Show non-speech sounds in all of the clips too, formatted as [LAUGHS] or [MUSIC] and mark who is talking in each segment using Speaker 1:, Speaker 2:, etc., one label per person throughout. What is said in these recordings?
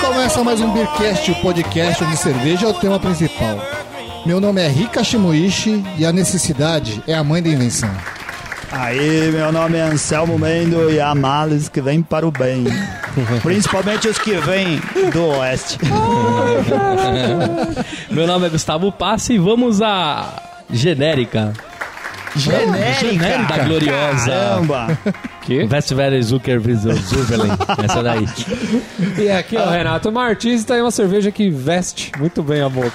Speaker 1: Começa mais um Beercast, o podcast onde cerveja é o tema principal. Meu nome é Rika Shimoishi e a necessidade é a mãe da invenção.
Speaker 2: Aí, meu nome é Anselmo Mendo e há males que vêm para o bem. Principalmente os que vêm do oeste.
Speaker 3: Meu nome é Gustavo Passe e vamos à genérica
Speaker 2: Genérica!
Speaker 3: da gloriosa
Speaker 2: Caramba!
Speaker 3: Westfalen Zucker Zuvelen. Essa daí.
Speaker 4: E aqui é o Renato Martins e tá aí uma cerveja que veste muito bem a boca.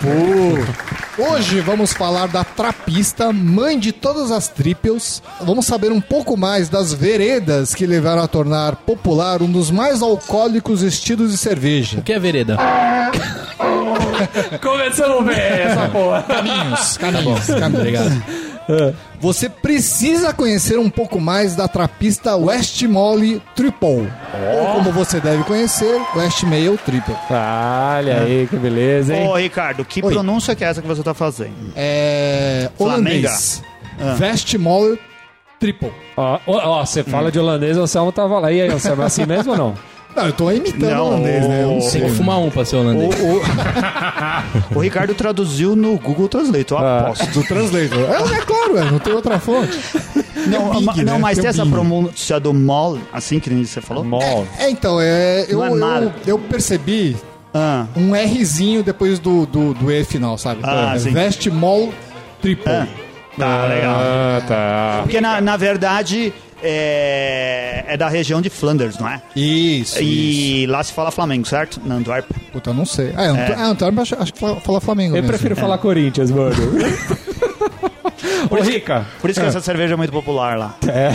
Speaker 1: Hoje vamos falar da trapista, mãe de todas as triples. Vamos saber um pouco mais das veredas que levaram a tornar popular um dos mais alcoólicos estilos de cerveja.
Speaker 3: O que é vereda?
Speaker 4: Começando bem essa porra.
Speaker 1: Caminhos, caminhos, caminhos. É. Você precisa conhecer um pouco mais da trapista Westmole Triple. Ou como você deve conhecer, Westmale Triple.
Speaker 4: Olha aí, que beleza, hein?
Speaker 2: Ô, Ricardo, que
Speaker 1: Oi.
Speaker 2: pronúncia que é essa que você tá fazendo?
Speaker 1: É. Holandês.
Speaker 2: Ah.
Speaker 1: Westmole Triple.
Speaker 4: Ó, ó, ó, você fala de holandês, o Anselmo tava lá. E aí, Anselmo, é assim mesmo ou não?
Speaker 1: Não, eu tô imitando
Speaker 2: Não,
Speaker 1: holandês, né? Eu não
Speaker 2: o-
Speaker 3: Tem
Speaker 1: sei.
Speaker 3: que fumar um pra ser
Speaker 2: O,
Speaker 3: holandês.
Speaker 2: o- o Ricardo traduziu no Google Translate, eu
Speaker 4: Ah.
Speaker 1: [LAUGHS]
Speaker 2: aposto.
Speaker 1: Do translator. É, é claro, é, não tem outra fonte.
Speaker 2: Não,
Speaker 1: Big,
Speaker 2: ma-
Speaker 1: né?
Speaker 2: não, mas
Speaker 1: Tem
Speaker 2: tem essa
Speaker 1: Big.
Speaker 2: pronúncia do mol, assim que nem você falou?
Speaker 4: Mol.
Speaker 1: É, então, é, eu,
Speaker 2: Não é
Speaker 1: eu,
Speaker 2: mal.
Speaker 1: eu percebi
Speaker 2: Ah,
Speaker 1: um Rzinho depois do, do, do E final, sabe?
Speaker 2: Ah,
Speaker 1: é,
Speaker 2: sim.
Speaker 1: Westmole Triple.
Speaker 2: ah, tá, legal.
Speaker 4: Ah, tá.
Speaker 2: Porque, na, na verdade, é, é da região de Flanders, não é?
Speaker 1: Isso, isso.
Speaker 2: E lá se fala Flamengo, certo? Na Antwerp.
Speaker 1: Puta, eu não sei. Ah, eu,
Speaker 2: É.
Speaker 1: ah, Antônio, acho, acho que fala, fala Flamengo
Speaker 4: Eu
Speaker 1: mesmo.
Speaker 4: prefiro falar Corinthians, mano. É. [LAUGHS] Ô, Rica,
Speaker 2: Por isso que essa cerveja é muito popular lá.
Speaker 4: é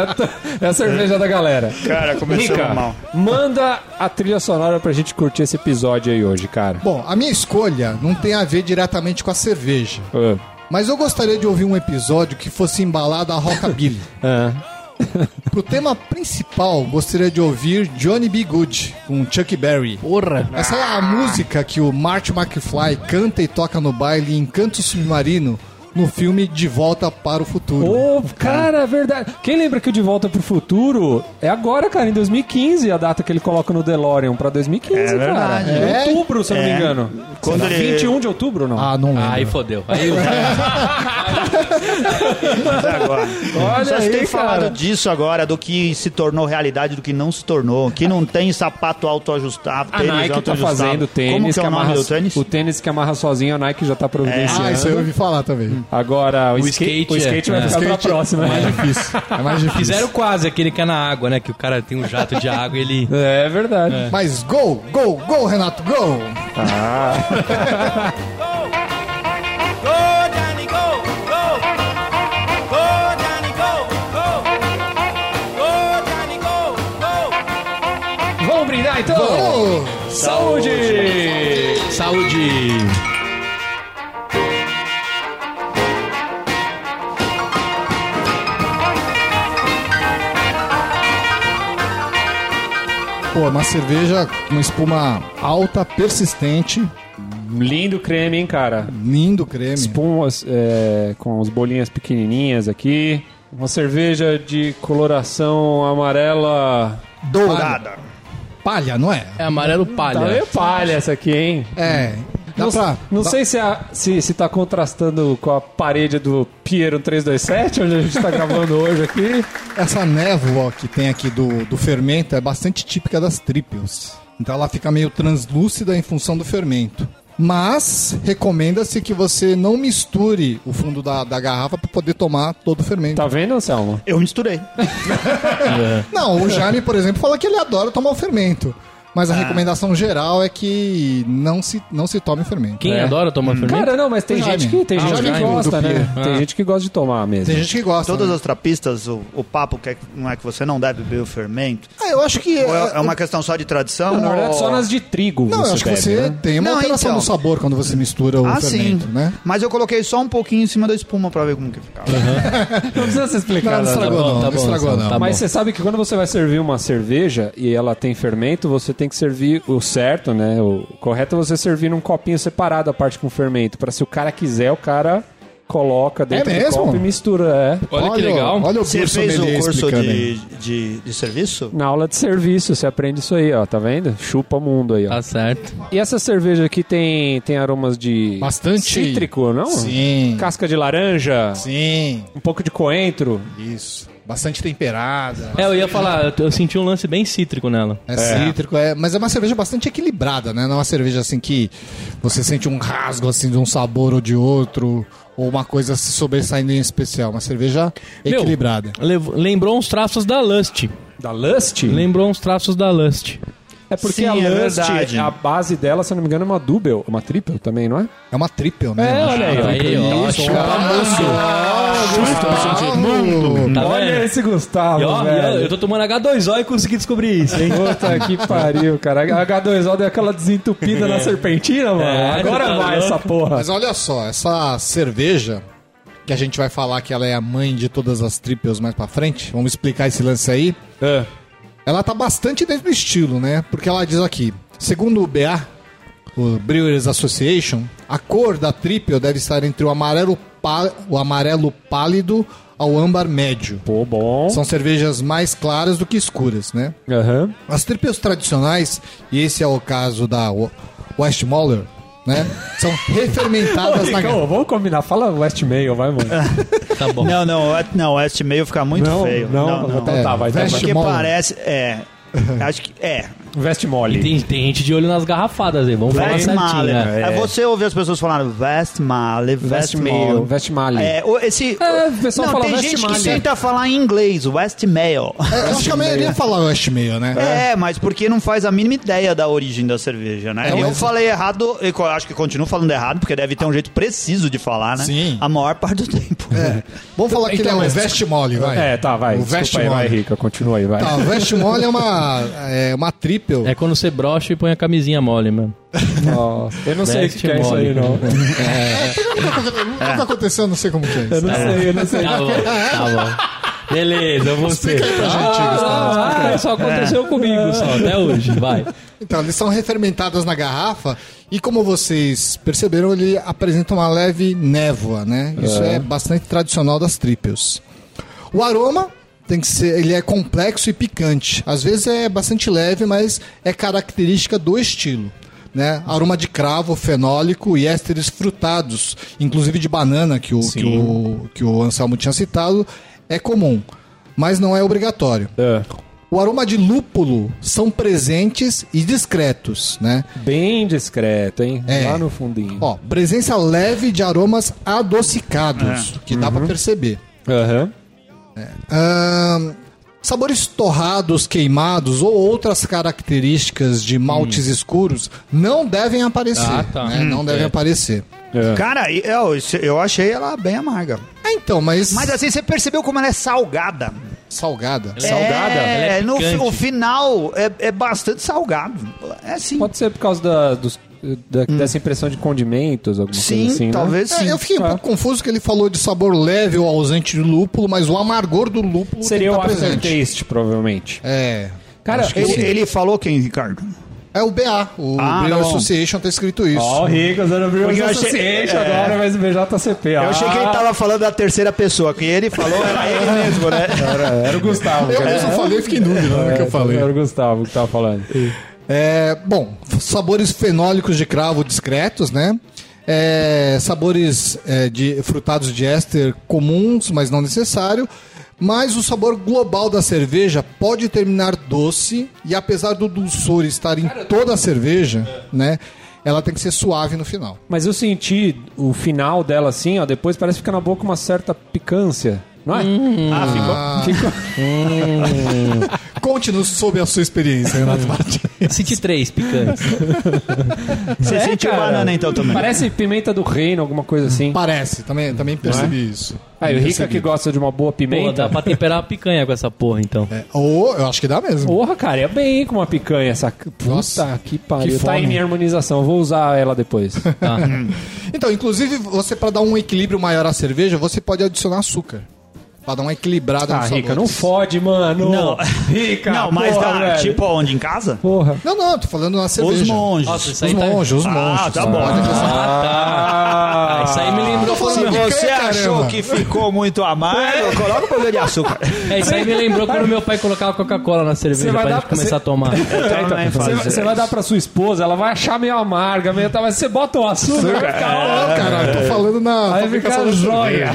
Speaker 4: a t- é a cerveja da galera.
Speaker 2: Cara, começou
Speaker 4: Rica,
Speaker 2: mal.
Speaker 4: manda a trilha sonora pra gente curtir esse episódio aí hoje, cara.
Speaker 1: Bom, a minha escolha não tem a ver diretamente com a cerveja,
Speaker 4: Ah,
Speaker 1: mas eu gostaria de ouvir um episódio que fosse embalado a rockabilly.
Speaker 4: ah.
Speaker 1: Pro tema principal, gostaria de ouvir Johnny B. Good com Chuck Berry.
Speaker 3: Porra!
Speaker 1: Essa é a música que o Marty McFly canta e toca no baile em Canto Submarino no filme De Volta para o Futuro.
Speaker 4: Ô, cara, é verdade. Quem lembra que o De Volta pro Futuro é agora, cara, em 2015, a data que ele coloca no DeLorean pra 2015,
Speaker 2: É
Speaker 4: cara.
Speaker 2: verdade.
Speaker 4: Em
Speaker 1: É.
Speaker 4: outubro, se eu não me
Speaker 2: É.
Speaker 4: engano.
Speaker 2: Quando
Speaker 4: Sei lá,
Speaker 2: ele-
Speaker 4: 21 de outubro, não?
Speaker 1: Ah, não lembro.
Speaker 3: Aí fodeu. Aí
Speaker 2: Até É agora.
Speaker 4: Olha
Speaker 2: Vocês
Speaker 4: aí,
Speaker 2: têm
Speaker 4: cara.
Speaker 2: falado disso agora, do que se tornou realidade, do que não se tornou. Que não tem sapato autoajustável,
Speaker 4: a
Speaker 2: tênis
Speaker 4: Nike tá
Speaker 2: autoajustável.
Speaker 4: fazendo tênis
Speaker 2: Como que é o nome
Speaker 4: amarra
Speaker 2: do tênis?
Speaker 4: o tênis que amarra sozinho, a Nike já tá providenciando.
Speaker 1: Ah, isso aí eu ouvi falar também.
Speaker 4: Agora o,
Speaker 3: O
Speaker 4: skate,
Speaker 3: skate,
Speaker 4: o skate
Speaker 3: é.
Speaker 4: vai
Speaker 3: É.
Speaker 4: ficar pra próxima.
Speaker 1: é mais difícil. É mais difícil.
Speaker 3: Fizeram quase aquele que é na água, né? Que o cara tem um jato de água e ele.
Speaker 4: É verdade.
Speaker 1: Mas gol, gol, gol, Renato, gol!
Speaker 5: Go, Johnny, go, go. Go, Johnny, go, go. Go, Johnny, go, go.
Speaker 4: Vamos brindar então?
Speaker 1: Gol!
Speaker 4: Saúde!
Speaker 3: Saúde!
Speaker 1: Pô, uma cerveja com uma espuma alta, persistente,
Speaker 4: Lindo creme, hein, cara?
Speaker 1: lindo creme.
Speaker 4: espumas é, com as bolinhas pequenininhas aqui. Uma cerveja de coloração amarela.
Speaker 1: Dourada.
Speaker 2: Nada.
Speaker 1: Palha, não é?
Speaker 3: É amarelo
Speaker 4: Tá
Speaker 3: palha.
Speaker 4: meio palha essa aqui, hein?
Speaker 1: É. Dá
Speaker 4: não
Speaker 1: pra.
Speaker 4: não
Speaker 1: dá-
Speaker 4: sei se, a, se, se tá contrastando com a parede do Pier 1327, onde a gente tá gravando hoje aqui.
Speaker 1: Essa névoa que tem aqui do, do fermento é bastante típica das triples. Então ela fica meio translúcida em função do fermento. Mas recomenda-se que você não misture o fundo da, da garrafa para poder tomar todo o fermento.
Speaker 4: Tá vendo, Anselmo?
Speaker 2: Eu [LAUGHS] misturei.
Speaker 1: Não, o Jaime, por exemplo, fala que ele adora tomar o fermento. Mas a
Speaker 2: Ah.
Speaker 1: recomendação geral é que não se, não se tome o fermento.
Speaker 3: Quem
Speaker 4: É.
Speaker 3: adora tomar fermento?
Speaker 4: Cara, não, mas tem
Speaker 1: O
Speaker 4: gente
Speaker 1: Jaime.
Speaker 4: que, tem
Speaker 1: Ah, o
Speaker 4: gente que
Speaker 1: Jaime do
Speaker 4: gosta, né?
Speaker 1: Pier.
Speaker 4: Tem
Speaker 3: Ah.
Speaker 4: gente que gosta de tomar mesmo.
Speaker 1: Tem gente que gosta.
Speaker 2: Todas
Speaker 1: né?
Speaker 2: as trapistas, o, o papo que é- não é que você não deve beber o fermento.
Speaker 1: Ah, eu acho que.
Speaker 2: Ou é, é uma questão só de tradição?
Speaker 4: Na verdade,
Speaker 2: ou-
Speaker 4: só nas de trigo
Speaker 1: Não,
Speaker 4: você
Speaker 1: eu acho que
Speaker 4: bebe,
Speaker 1: você
Speaker 4: né?
Speaker 1: tem uma
Speaker 2: Não,
Speaker 1: alteração
Speaker 2: então.
Speaker 1: no sabor quando você mistura o
Speaker 2: Ah, sim.
Speaker 1: fermento, né?
Speaker 2: Mas eu coloquei só um pouquinho em cima da espuma pra ver como que ficava.
Speaker 4: É, Não precisa se
Speaker 1: Não,
Speaker 4: explicar.
Speaker 1: não
Speaker 4: né?
Speaker 1: estragou,
Speaker 3: bom,
Speaker 1: não.
Speaker 3: tá
Speaker 1: não
Speaker 3: bom,
Speaker 1: estragou,
Speaker 3: tá
Speaker 1: não.
Speaker 3: bom.
Speaker 4: Mas você sabe que quando você vai servir uma cerveja e ela tem fermento, você tem que servir o certo, né? O correto é você servir num copinho separado a parte com fermento, Pra se o cara quiser, o cara coloca dentro do
Speaker 1: mesmo?
Speaker 4: copo e mistura. É.
Speaker 3: Olha, que legal.
Speaker 1: Olha o
Speaker 2: Você
Speaker 1: curso
Speaker 2: fez o
Speaker 1: sommelier
Speaker 2: curso
Speaker 1: explicando aí.
Speaker 2: de, de, de serviço?
Speaker 4: Na aula de serviço, você aprende isso aí, ó. Tá vendo? Chupa mundo aí, ó.
Speaker 3: Tá certo.
Speaker 2: Ah.
Speaker 4: E essa cerveja aqui tem, tem aromas de.
Speaker 1: Bastante.
Speaker 4: Cítrico, não?
Speaker 1: Sim.
Speaker 4: Casca de laranja,
Speaker 1: Sim,
Speaker 4: um pouco de coentro.
Speaker 1: isso. Bastante temperada.
Speaker 3: É, eu ia falar, eu, eu senti um lance bem cítrico nela.
Speaker 1: É, cítrico, é, mas é uma cerveja bastante equilibrada, né? Não é uma cerveja assim que você sente um rasgo assim de um sabor ou de outro, ou uma coisa se sobressaindo em especial. Uma cerveja
Speaker 3: Meu,
Speaker 1: equilibrada.
Speaker 3: lev- lembrou uns traços da Lust.
Speaker 4: Da Lust?
Speaker 3: Lembrou uns traços da Lust.
Speaker 4: É porque
Speaker 2: Sim,
Speaker 4: a
Speaker 2: é
Speaker 4: Lust,
Speaker 2: verdade.
Speaker 4: a base dela, se eu não me engano, é uma double, uma triple também, não é?
Speaker 1: É uma triple, né?
Speaker 4: É,
Speaker 1: Eu
Speaker 4: olha tá
Speaker 1: acho que
Speaker 3: aí,
Speaker 1: é
Speaker 3: ó,
Speaker 1: uma triple.
Speaker 3: ótimo.
Speaker 1: Ah, Gustavo.
Speaker 3: Tá vendo?
Speaker 4: esse Gustavo,
Speaker 3: E ó, e ó, eu tô tomando H2O e consegui descobrir isso, hein?
Speaker 4: Puta que pariu, cara. A H2O deu aquela desentupida [LAUGHS] na serpentina, mano.
Speaker 3: É,
Speaker 4: Agora
Speaker 3: tá
Speaker 4: vai
Speaker 3: louco.
Speaker 4: essa porra.
Speaker 1: Mas olha só, essa cerveja que a gente vai falar que ela é a mãe de todas as triples mais pra frente, vamos explicar esse lance aí.
Speaker 4: É.
Speaker 1: Ela tá bastante dentro do estilo, né? Porque ela diz aqui, segundo o BA, o Brewers Association, a cor da triple deve estar entre o amarelo, pá- o amarelo pálido ao âmbar médio.
Speaker 4: Pô, bom.
Speaker 1: São cervejas mais claras do que escuras, né?
Speaker 4: Aham.
Speaker 1: As triples tradicionais, e esse é o caso da Wa- Westmoller, né?
Speaker 4: [LAUGHS]
Speaker 1: São refermentadas na...
Speaker 4: Ô, vamos combinar. Fala West Mail, vai, mano.
Speaker 1: É,
Speaker 3: Tá bom.
Speaker 2: Não, não, é- não, esse meio fica muito
Speaker 4: Não,
Speaker 2: feio.
Speaker 4: não, então
Speaker 1: É,
Speaker 4: tá, vai. Então,
Speaker 1: veste-
Speaker 2: Porque
Speaker 1: Mole.
Speaker 2: parece. É. Acho que. É.
Speaker 4: West Mole.
Speaker 3: Tem, tem gente de olho nas garrafadas aí, vamos falar certinho,
Speaker 2: Westmalle.
Speaker 3: né?
Speaker 2: É. você ouvir as pessoas falando Westmalle, Westmalle.
Speaker 4: West Male.
Speaker 2: É, o- esse.
Speaker 4: É, o pessoal
Speaker 2: não,
Speaker 4: fala
Speaker 2: tem gente
Speaker 4: Westmalle.
Speaker 2: que tenta falar em inglês, Westmalle.
Speaker 1: É, eu acho que a maioria fala Westmail, né?
Speaker 2: É, mas porque não faz a mínima ideia da origem da cerveja, né?
Speaker 1: É,
Speaker 2: eu
Speaker 1: mas-
Speaker 2: falei errado, eu co- acho que continuo falando errado, porque deve ter um jeito preciso de falar, né?
Speaker 1: Sim.
Speaker 2: A maior parte do tempo.
Speaker 1: Vamos falar que
Speaker 4: Então,
Speaker 1: ele é um
Speaker 4: mas-
Speaker 1: veste mole, vai.
Speaker 4: É, tá, vai.
Speaker 1: O veste
Speaker 4: Desculpa aí, vai,
Speaker 1: mole.
Speaker 4: Rica. Continua aí, vai.
Speaker 1: Tá, o veste mole é uma, é uma triple.
Speaker 3: É quando você brocha e põe a camisinha mole, mano.
Speaker 4: Nossa, eu não sei o que,
Speaker 3: West
Speaker 4: que é isso
Speaker 3: Mole.
Speaker 4: aí, não.
Speaker 1: Nunca aconteceu, eu tá não sei como que é
Speaker 4: Eu
Speaker 1: isso.
Speaker 4: não sei, eu não sei.
Speaker 3: [LAUGHS] Tá bom, tá bom. Beleza, você.
Speaker 1: Explica aí pra gente, Gustavo.
Speaker 3: Ah, isso aconteceu comigo só, até hoje, vai.
Speaker 1: Então, eles são refermentadas na garrafa e, como vocês perceberam, ele apresenta uma leve névoa, né? Isso é, bastante tradicional das triples. O aroma tem que ser, ele é complexo e picante. Às vezes é bastante leve, mas é característica do estilo. Né? Aroma de cravo, fenólico e ésteres frutados, inclusive de banana, que o, que o, que o Anselmo tinha citado, é comum, mas não é obrigatório. O aroma de lúpulo são presentes e discretos, né?
Speaker 4: [LAUGHS] Bem discreto, hein?
Speaker 1: É.
Speaker 4: Lá no fundinho.
Speaker 1: Ó, presença leve de aromas adocicados, que dá pra perceber.
Speaker 4: Aham.
Speaker 1: Ahn, sabores torrados, queimados ou outras características de maltes escuros não devem aparecer.
Speaker 3: Ah, tá.
Speaker 1: né? não devem aparecer.
Speaker 2: [LAUGHS] Cara, eu, eu achei ela bem amarga.
Speaker 1: Ah, então, mas,
Speaker 2: Mas assim, você percebeu como ela é salgada.
Speaker 1: salgada.
Speaker 3: [LAUGHS] Salgada? Ela
Speaker 2: É,
Speaker 3: é
Speaker 2: no, fi-
Speaker 3: picante.
Speaker 2: o final é, é bastante salgado. É sim.
Speaker 4: Pode ser por causa da, dos- da-
Speaker 1: Hum.
Speaker 4: dessa impressão de condimentos, alguma
Speaker 2: Sim,
Speaker 4: coisa assim, né?
Speaker 2: talvez
Speaker 1: É,
Speaker 2: sim.
Speaker 1: eu fiquei um pouco confuso que ele falou de sabor leve ou ausente de lúpulo, mas o amargor do lúpulo
Speaker 4: Seria
Speaker 1: tem
Speaker 4: o
Speaker 1: que tá presente.
Speaker 4: aftertaste, provavelmente.
Speaker 1: É.
Speaker 4: Cara,
Speaker 1: acho que
Speaker 2: Ele,
Speaker 1: sim.
Speaker 2: ele falou quem, Ricardo?
Speaker 1: É o BA, o
Speaker 2: Ah,
Speaker 1: Brewer
Speaker 2: tá bom.
Speaker 1: Association tá escrito isso.
Speaker 4: Ó, o Rico usando o Brewers
Speaker 2: Porque eu achei-
Speaker 4: Association
Speaker 2: é.
Speaker 4: agora, mas o BJCP.
Speaker 2: Eu achei que ele tava falando da terceira pessoa, que ele falou era [LAUGHS] ele mesmo, né?
Speaker 4: Era o Gustavo.
Speaker 1: eu
Speaker 4: cara.
Speaker 1: mesmo falei, fiquei em dúvida no que eu falei.
Speaker 4: é, Era o Gustavo que tava falando.
Speaker 1: É, bom, sabores fenólicos de cravo discretos, né? É, sabores é, de frutados de éster comuns, mas não necessário. Mas o sabor global da cerveja pode terminar doce e apesar do dulçor estar em toda a cerveja, né? Ela tem que ser suave no final.
Speaker 4: Mas eu senti o final dela assim, ó, depois parece que fica na boca uma certa picância, não é? Ah, ficou. ficou...
Speaker 1: Conte-nos sobre a sua experiência, Renato Martins.
Speaker 3: City 3, picantes.
Speaker 2: Você sentiu
Speaker 4: cara.
Speaker 2: banana então também.
Speaker 4: Parece pimenta do reino, alguma coisa
Speaker 1: Hum,
Speaker 4: assim.
Speaker 1: Parece, também, também percebi isso.
Speaker 4: Aí, o Rica
Speaker 1: Percebi.
Speaker 4: que gosta de uma boa
Speaker 3: Pô, dá
Speaker 4: pimenta.
Speaker 3: pra temperar a picanha com essa porra, então.
Speaker 1: É, ou eu acho que dá mesmo.
Speaker 4: Porra, cara, é bem com uma picanha essa. Puta
Speaker 1: Nossa,
Speaker 4: que pariu.
Speaker 1: que
Speaker 4: tá
Speaker 1: fome.
Speaker 4: em minha harmonização, vou usar ela depois.
Speaker 1: Então, inclusive, você para dar um equilíbrio maior à cerveja, você pode adicionar açúcar. Pra dar uma equilibrada
Speaker 4: Ah,
Speaker 1: nos
Speaker 4: Rica,
Speaker 1: sabores.
Speaker 4: não fode, mano.
Speaker 2: Não.
Speaker 4: Rica,
Speaker 2: não, mas
Speaker 4: porra,
Speaker 2: dá,
Speaker 4: velho.
Speaker 2: tipo onde? Em casa?
Speaker 4: Porra.
Speaker 1: Não, não, tô falando na cerveja.
Speaker 2: Os monges.
Speaker 3: Nossa, isso
Speaker 1: Os
Speaker 3: aí tá...
Speaker 1: monges, os
Speaker 2: Ah,
Speaker 1: monges.
Speaker 2: tá bom.
Speaker 1: Pode pensar.
Speaker 3: Ah, isso aí me lembrou...
Speaker 1: Tô falando
Speaker 2: Se
Speaker 1: de quem,
Speaker 2: você achou
Speaker 1: caramba?
Speaker 2: que ficou muito amargo, coloca um pouquinho de açúcar.
Speaker 3: É, isso aí me lembrou quando meu pai colocava Coca-Cola na cerveja
Speaker 4: Você vai
Speaker 3: pra
Speaker 4: dar
Speaker 3: gente
Speaker 4: pra-
Speaker 3: começar a tomar.
Speaker 2: Eu também
Speaker 4: Você,
Speaker 2: faço
Speaker 4: você vai dar pra sua esposa, ela vai achar meio amarga, meio tá, mas você bota o açúcar, vai
Speaker 2: É.
Speaker 4: ficar ó,
Speaker 1: Não, cara, eu tô falando na
Speaker 4: aí fica
Speaker 1: da
Speaker 4: joia.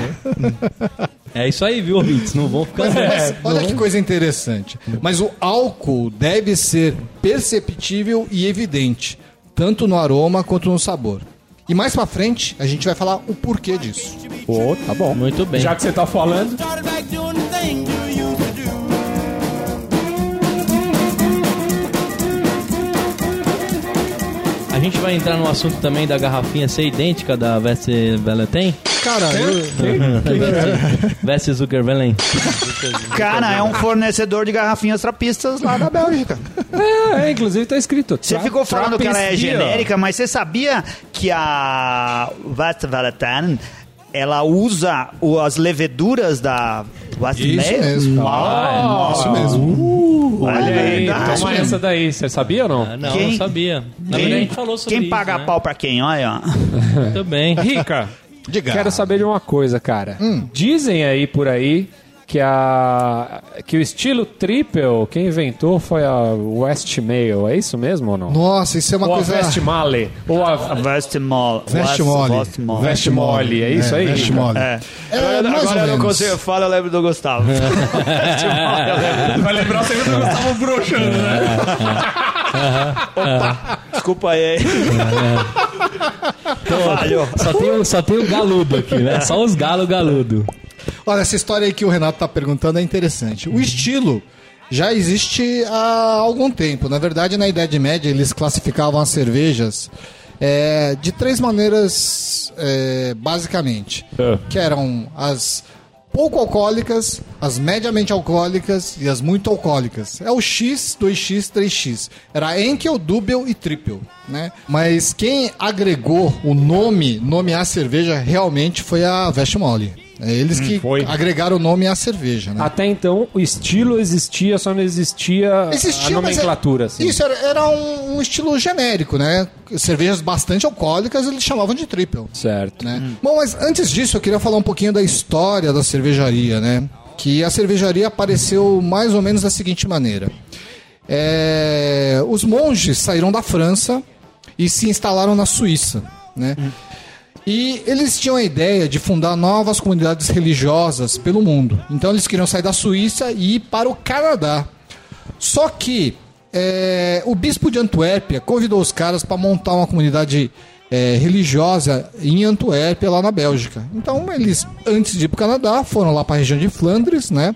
Speaker 3: É isso aí, viu, ouvintes? Não vão ficar...
Speaker 1: Mas, mas olha que coisa interessante. Mas o álcool deve ser perceptível e evidente, tanto no aroma quanto no sabor. E mais pra frente, a gente vai falar o porquê disso.
Speaker 4: Pô, tá bom.
Speaker 3: Muito bem.
Speaker 4: Já que você tá falando,
Speaker 5: Started back doing the thing you used to do.
Speaker 3: A gente vai entrar no assunto também da garrafinha ser idêntica da Vesse Veletem.
Speaker 1: Cara, eu,
Speaker 3: Vesse Zuckervelen.
Speaker 2: Cara, é um fornecedor de garrafinhas trapistas lá da Bélgica.
Speaker 4: é, inclusive tá escrito.
Speaker 2: Você
Speaker 4: tra-
Speaker 2: ficou falando que ela é
Speaker 4: trapistia.
Speaker 2: genérica, mas você sabia que a Vatvalatan ela usa o- as leveduras da
Speaker 1: isso
Speaker 2: Vatmeia?
Speaker 1: mesmo.
Speaker 3: Ah,
Speaker 1: Isso mesmo.
Speaker 4: Olha aí,
Speaker 2: Verdade.
Speaker 4: É, então
Speaker 2: Ah,
Speaker 4: toma essa daí, você sabia ou não?
Speaker 3: não,
Speaker 2: Quem-
Speaker 3: não sabia. Na verdade, a
Speaker 2: Quem,
Speaker 3: gente falou sobre
Speaker 2: quem
Speaker 3: isso,
Speaker 2: paga
Speaker 3: né?
Speaker 2: pau pra quem? Olha, ó.
Speaker 3: Muito bem.
Speaker 4: Rica,
Speaker 1: Diga.
Speaker 2: Tá.
Speaker 4: quero saber de uma coisa, cara.
Speaker 2: Hum.
Speaker 4: Dizem aí por aí que a que o estilo triple, quem inventou foi a Westmail, é isso mesmo ou não?
Speaker 1: Nossa, isso é uma
Speaker 4: ou
Speaker 1: coisa.
Speaker 4: a Westmale, ou a
Speaker 2: A Vestmol.
Speaker 1: Vestmole.
Speaker 2: Vestmol.
Speaker 4: Vest- Westmole, é isso aí?
Speaker 1: Vestmole.
Speaker 2: É.
Speaker 1: É,
Speaker 2: Agora-
Speaker 1: mais
Speaker 2: agora
Speaker 1: ou
Speaker 2: eu não
Speaker 1: menos.
Speaker 2: consigo, eu falo, eu lembro do [LAUGHS] Gustavo. Vestmole, eu lembro.
Speaker 4: Vai lembrar sempre do Gustavo Broxando, né?
Speaker 2: Desculpa aí. Falhou.
Speaker 3: Só tem, o, só tem o galudo aqui, né? Só os galo galudo.
Speaker 1: Olha, essa história aí que o Renato tá perguntando é interessante. O estilo já existe há algum tempo. Na verdade, na Idade Média, eles classificavam as cervejas é, de três maneiras, é, basicamente.
Speaker 4: É.
Speaker 1: Que eram as pouco alcoólicas, as mediamente alcoólicas e as muito alcoólicas. É o X, 2X, 3X. Era Enkel, Double e Triple, né? Mas quem agregou o nome, nome à cerveja realmente foi a Vestmole. É eles que
Speaker 4: Hum, foi.
Speaker 1: agregaram o nome à cerveja, né?
Speaker 4: Até então, o estilo existia, só não existia, a
Speaker 1: mas é-
Speaker 4: nomenclatura. assim.
Speaker 1: Isso, era, era um, um estilo genérico, né? Cervejas bastante alcoólicas eles chamavam de triple.
Speaker 4: Certo.
Speaker 1: né? Bom, mas antes disso eu queria falar um pouquinho da história da cervejaria, né? Que a cervejaria apareceu mais ou menos da seguinte maneira: É, os monges saíram da França e se instalaram na Suíça, né? E eles tinham a ideia de fundar novas comunidades religiosas pelo mundo. Então eles queriam sair da Suíça e ir para o Canadá. Só que é, o bispo de Antuérpia convidou os caras para montar uma comunidade é, religiosa em Antuérpia, lá na Bélgica. Então eles, antes de ir para o Canadá, foram lá para a região de Flandres, né?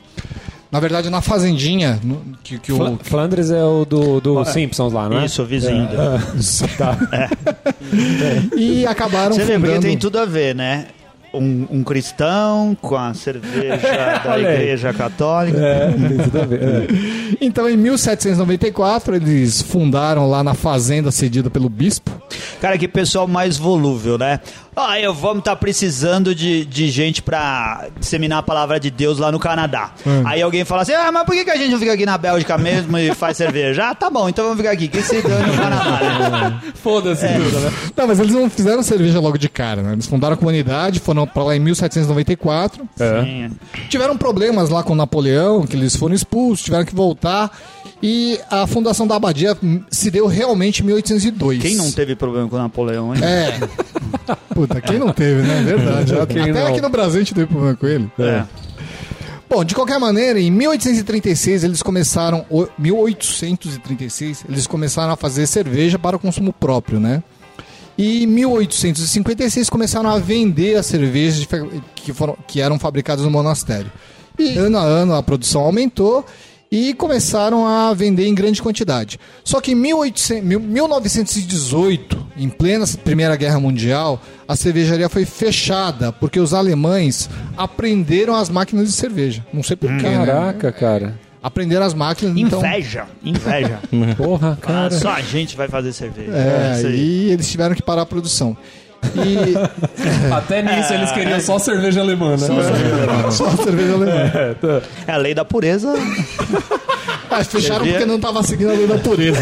Speaker 1: Na verdade, na fazendinha no- que, que
Speaker 4: Fla-
Speaker 1: o
Speaker 4: Flandres é o do, do Simpsons lá, não é?
Speaker 2: Isso, vizinho.
Speaker 1: e acabaram
Speaker 2: [LAUGHS] Você vê, porque
Speaker 1: fundando.
Speaker 2: tem tudo a ver, né? Um, um cristão com a cerveja da
Speaker 4: Olha aí.
Speaker 2: igreja católica.
Speaker 4: É, tem tudo a ver. É.
Speaker 1: Então, em 1794 eles fundaram lá na fazenda cedida pelo bispo.
Speaker 2: Cara, que pessoal mais volúvel, né? Ah, eu vamos estar precisando de, de gente pra disseminar a palavra de Deus lá no Canadá. Aí alguém fala assim, ah, mas por que, que a gente não fica aqui na Bélgica mesmo e faz cerveja? Ah, tá bom, então vamos ficar aqui, que se dane no Canadá, né?
Speaker 3: Foda-se tudo, né?
Speaker 1: Não, mas eles não fizeram cerveja logo de cara, né? Eles fundaram a comunidade, foram pra lá em 1794. Tiveram problemas lá com Napoleão, que eles foram expulsos, tiveram que voltar. E a fundação da abadia hum, se deu realmente em 1802.
Speaker 2: Quem não teve problema com Napoleão, hein?
Speaker 1: É. Puta, quem não teve, né? Verdade.
Speaker 4: [LAUGHS] Quem
Speaker 1: Até
Speaker 4: não?
Speaker 1: aqui no Brasil a gente teve problema com ele.
Speaker 2: É.
Speaker 1: Bom, de qualquer maneira, em 1836 eles começaram, o- 1836 eles começaram a fazer cerveja para o consumo próprio, né? E em 1856 começaram a vender as cervejas de fa- que, foram, que eram fabricadas no monastério. E ano a ano a produção aumentou e começaram a vender em grande quantidade. Só que em 1800 mil- 1918, em plena Primeira Guerra Mundial, a cervejaria foi fechada porque os alemães aprenderam as máquinas de cerveja. Não sei porquê, né?
Speaker 4: Caraca, cara.
Speaker 1: Aprenderam as máquinas, então...
Speaker 2: Inveja, inveja.
Speaker 4: Porra,
Speaker 2: Ah,
Speaker 4: cara.
Speaker 2: só a gente vai fazer cerveja.
Speaker 1: É,
Speaker 2: isso aí.
Speaker 1: e eles tiveram que parar a produção. E
Speaker 6: Até nisso eles queriam só cerveja alemã, né?
Speaker 1: só a cerveja alemã.
Speaker 2: É a lei da pureza.
Speaker 1: Ah, fecharam
Speaker 2: Cerveja.
Speaker 1: porque não tava seguindo a lei da pureza.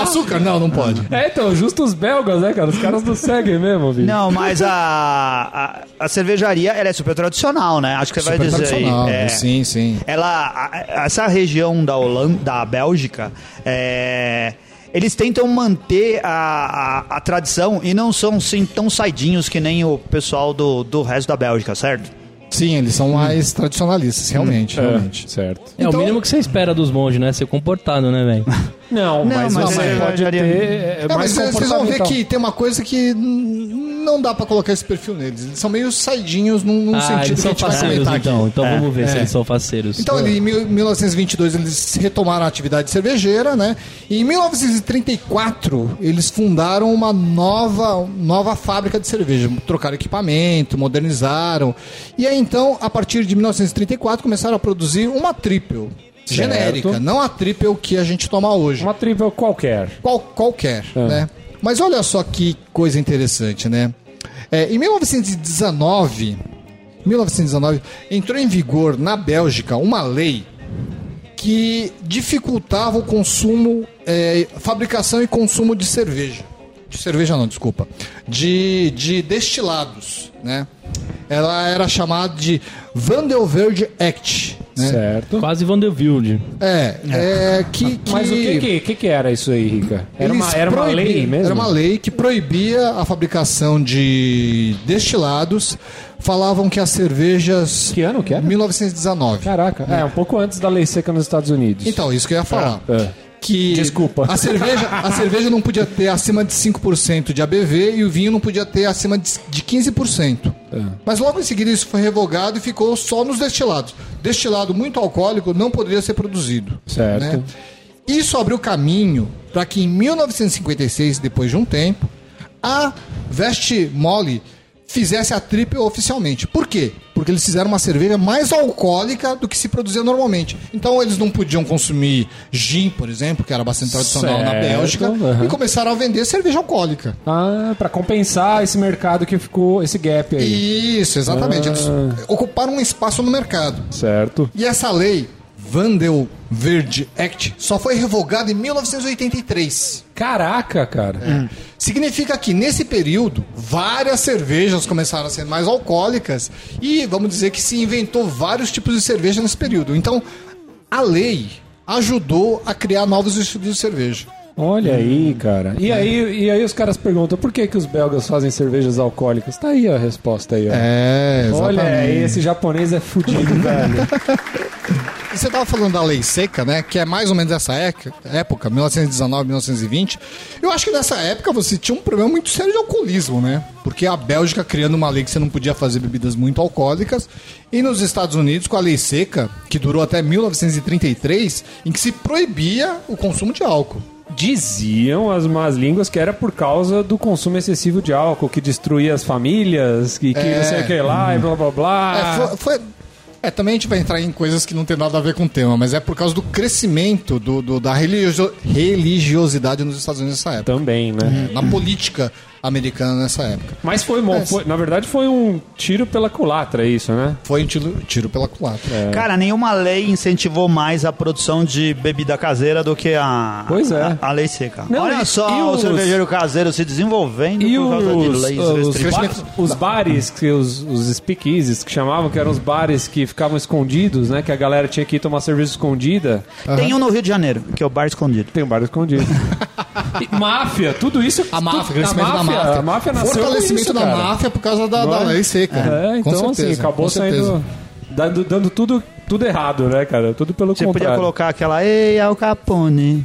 Speaker 1: Açúcar? Não, não pode.
Speaker 4: É, então, justo os belgas, né, cara? Os caras não seguem mesmo, bicho.
Speaker 2: Não, mas a, a, a cervejaria ela é super tradicional, né? Acho que você vai
Speaker 1: Super
Speaker 2: dizer
Speaker 1: tradicional.
Speaker 2: aí. É.
Speaker 1: Sim, sim.
Speaker 2: Ela, a- a- essa região da Holanda, da Bélgica, é, eles tentam manter a, a, a tradição e não são assim, tão saidinhos que nem o pessoal do, do resto da Bélgica, certo?
Speaker 1: Sim, eles são mais tradicionalistas, realmente, realmente.
Speaker 4: É, certo.
Speaker 3: É o mínimo que você espera dos monges, né? Ser comportado, né, velho?
Speaker 4: Não, mas,
Speaker 2: mas
Speaker 4: você
Speaker 2: é-
Speaker 4: pode
Speaker 2: é-
Speaker 4: ter... É,
Speaker 1: É, mas
Speaker 4: mais
Speaker 1: vocês vão ver
Speaker 4: comportamental.
Speaker 1: que tem uma coisa que hum, não dá pra colocar esse perfil neles. Eles são meio saidinhos num, num
Speaker 3: ah,
Speaker 1: Um sentido que a
Speaker 3: eles são
Speaker 1: gente vai
Speaker 3: faceiros,
Speaker 1: comentar aqui.
Speaker 3: então. Então vamos ver se
Speaker 1: É.
Speaker 3: eles são faceiros.
Speaker 1: Então, ali, em mil- 1922, eles retomaram a atividade cervejeira, né? E em 1934, eles fundaram uma nova, nova fábrica de cerveja. Trocaram equipamento, modernizaram. E aí, então, a partir de 1934, começaram a produzir uma triple. Genérica, não a triple que a gente toma hoje.
Speaker 4: então, Uma tribo qualquer.
Speaker 1: Qual- qualquer, né? Mas olha só que coisa interessante, né? É, em 1919, 1919, entrou em vigor na Bélgica uma lei que dificultava o consumo, é, fabricação e consumo de cerveja. De cerveja não, desculpa. De, de destilados, né? Ela era chamada de Vandelverde Act, né?
Speaker 4: Certo.
Speaker 3: Quase Vanderbilt.
Speaker 1: É, é que, que...
Speaker 4: Mas o que que, que que era isso aí, Rica? Era uma,
Speaker 1: Eles
Speaker 4: era uma lei
Speaker 1: proibiam-
Speaker 4: mesmo?
Speaker 1: Era uma lei que proibia a fabricação de destilados. Falavam que as cervejas.
Speaker 4: Que ano que era?
Speaker 1: 1919.
Speaker 4: Caraca, é um pouco antes da lei seca nos Estados Unidos.
Speaker 1: Então, isso que eu ia falar.
Speaker 4: É.
Speaker 1: Que
Speaker 4: Desculpa.
Speaker 1: A cerveja, a cerveja não podia ter acima de 5% de ABV e o vinho não podia ter acima de de 15%.
Speaker 4: É.
Speaker 1: Mas logo em seguida isso foi revogado e ficou só nos destilados. Destilado muito alcoólico não poderia ser produzido.
Speaker 4: Certo.
Speaker 1: né? Isso abriu caminho para que em 1956, depois de um tempo, a Veste Mole fizesse a triple oficialmente. Por quê? Porque eles fizeram uma cerveja mais alcoólica do que se produzia normalmente. Então eles não podiam consumir gin, por exemplo, que era bastante tradicional na
Speaker 4: Certo,
Speaker 1: Bélgica,
Speaker 4: aham.
Speaker 1: e começaram a vender cerveja alcoólica.
Speaker 4: Ah, pra compensar esse mercado que ficou, esse gap aí.
Speaker 1: Isso, exatamente. Eles
Speaker 4: Ah.
Speaker 1: ocuparam um espaço no mercado.
Speaker 4: Certo.
Speaker 1: E essa lei, Vandel Verde Act, só foi revogada em 1983.
Speaker 4: Caraca, cara.
Speaker 1: É. Significa que nesse período várias cervejas começaram a ser mais alcoólicas e vamos dizer que se inventou vários tipos de cerveja nesse período. Então, a lei ajudou a criar novos estilos de cerveja.
Speaker 4: Olha aí, cara.
Speaker 1: É.
Speaker 4: E aí, e aí os caras perguntam por que, que os belgas fazem cervejas alcoólicas? Tá aí a resposta aí, ó.
Speaker 1: É,
Speaker 4: Olha aí, esse japonês
Speaker 1: [LAUGHS]
Speaker 4: é fudido, velho.
Speaker 1: E você tava falando da lei seca, né? Que é mais ou menos essa éca- época, 1919, 1920. Eu acho que nessa época você tinha um problema muito sério de alcoolismo, né? Porque a Bélgica criando uma lei que você não podia fazer bebidas muito alcoólicas. E nos Estados Unidos, com a lei seca, que durou até 1933, em que se proibia o consumo de álcool.
Speaker 4: Diziam as más línguas que era por causa do consumo excessivo de álcool, que destruía as famílias, que, que
Speaker 1: É.
Speaker 4: não sei o que lá, e blá blá blá.
Speaker 1: É, foi, foi- é, também a gente vai entrar em coisas que não tem nada a ver com o tema, mas é por causa do crescimento do, do- da religio- religiosidade nos Estados Unidos nessa época.
Speaker 4: Também, né?
Speaker 1: na política americana nessa época.
Speaker 4: Mas foi
Speaker 1: É.
Speaker 4: bom. foi- na verdade, foi um tiro pela culatra, isso, né?
Speaker 1: Foi um tiro, tiro pela culatra.
Speaker 4: É.
Speaker 2: Cara, nenhuma lei incentivou mais a produção de bebida caseira do que a,
Speaker 4: Pois é.
Speaker 2: a, a lei seca.
Speaker 4: Não,
Speaker 2: Olha
Speaker 4: e-
Speaker 2: só
Speaker 4: e
Speaker 2: o
Speaker 4: os-
Speaker 2: cervejeiro caseiro se desenvolvendo
Speaker 4: E
Speaker 2: por causa
Speaker 4: os,
Speaker 2: de leis
Speaker 4: os,
Speaker 2: restritivas.
Speaker 4: ba- os bares, que os, os speakeasies, que chamavam, que eram os bares que ficavam escondidos, né? Que a galera tinha que ir tomar cerveja escondida.
Speaker 2: Tem um no Rio de Janeiro, que é o Bar Escondido.
Speaker 4: Tem um bar
Speaker 1: [LAUGHS]
Speaker 4: escondido. E máfia, tudo isso...
Speaker 1: A máfia,
Speaker 4: tudo-
Speaker 1: crescimento
Speaker 4: a
Speaker 1: da máfia.
Speaker 4: A máfia É, nasceu com
Speaker 1: Fortalecimento
Speaker 4: isso,
Speaker 1: da
Speaker 4: cara.
Speaker 1: máfia por causa da, da
Speaker 4: Não é?
Speaker 1: lei seca. né?
Speaker 4: É,
Speaker 1: Com
Speaker 4: então
Speaker 1: certeza,
Speaker 4: assim, acabou
Speaker 1: com certeza.
Speaker 4: saindo... Dando, dando tudo, tudo errado, né, cara? Tudo pelo
Speaker 2: Você podia
Speaker 4: contrário.
Speaker 2: colocar aquela Ei, Al [LAUGHS] Capone.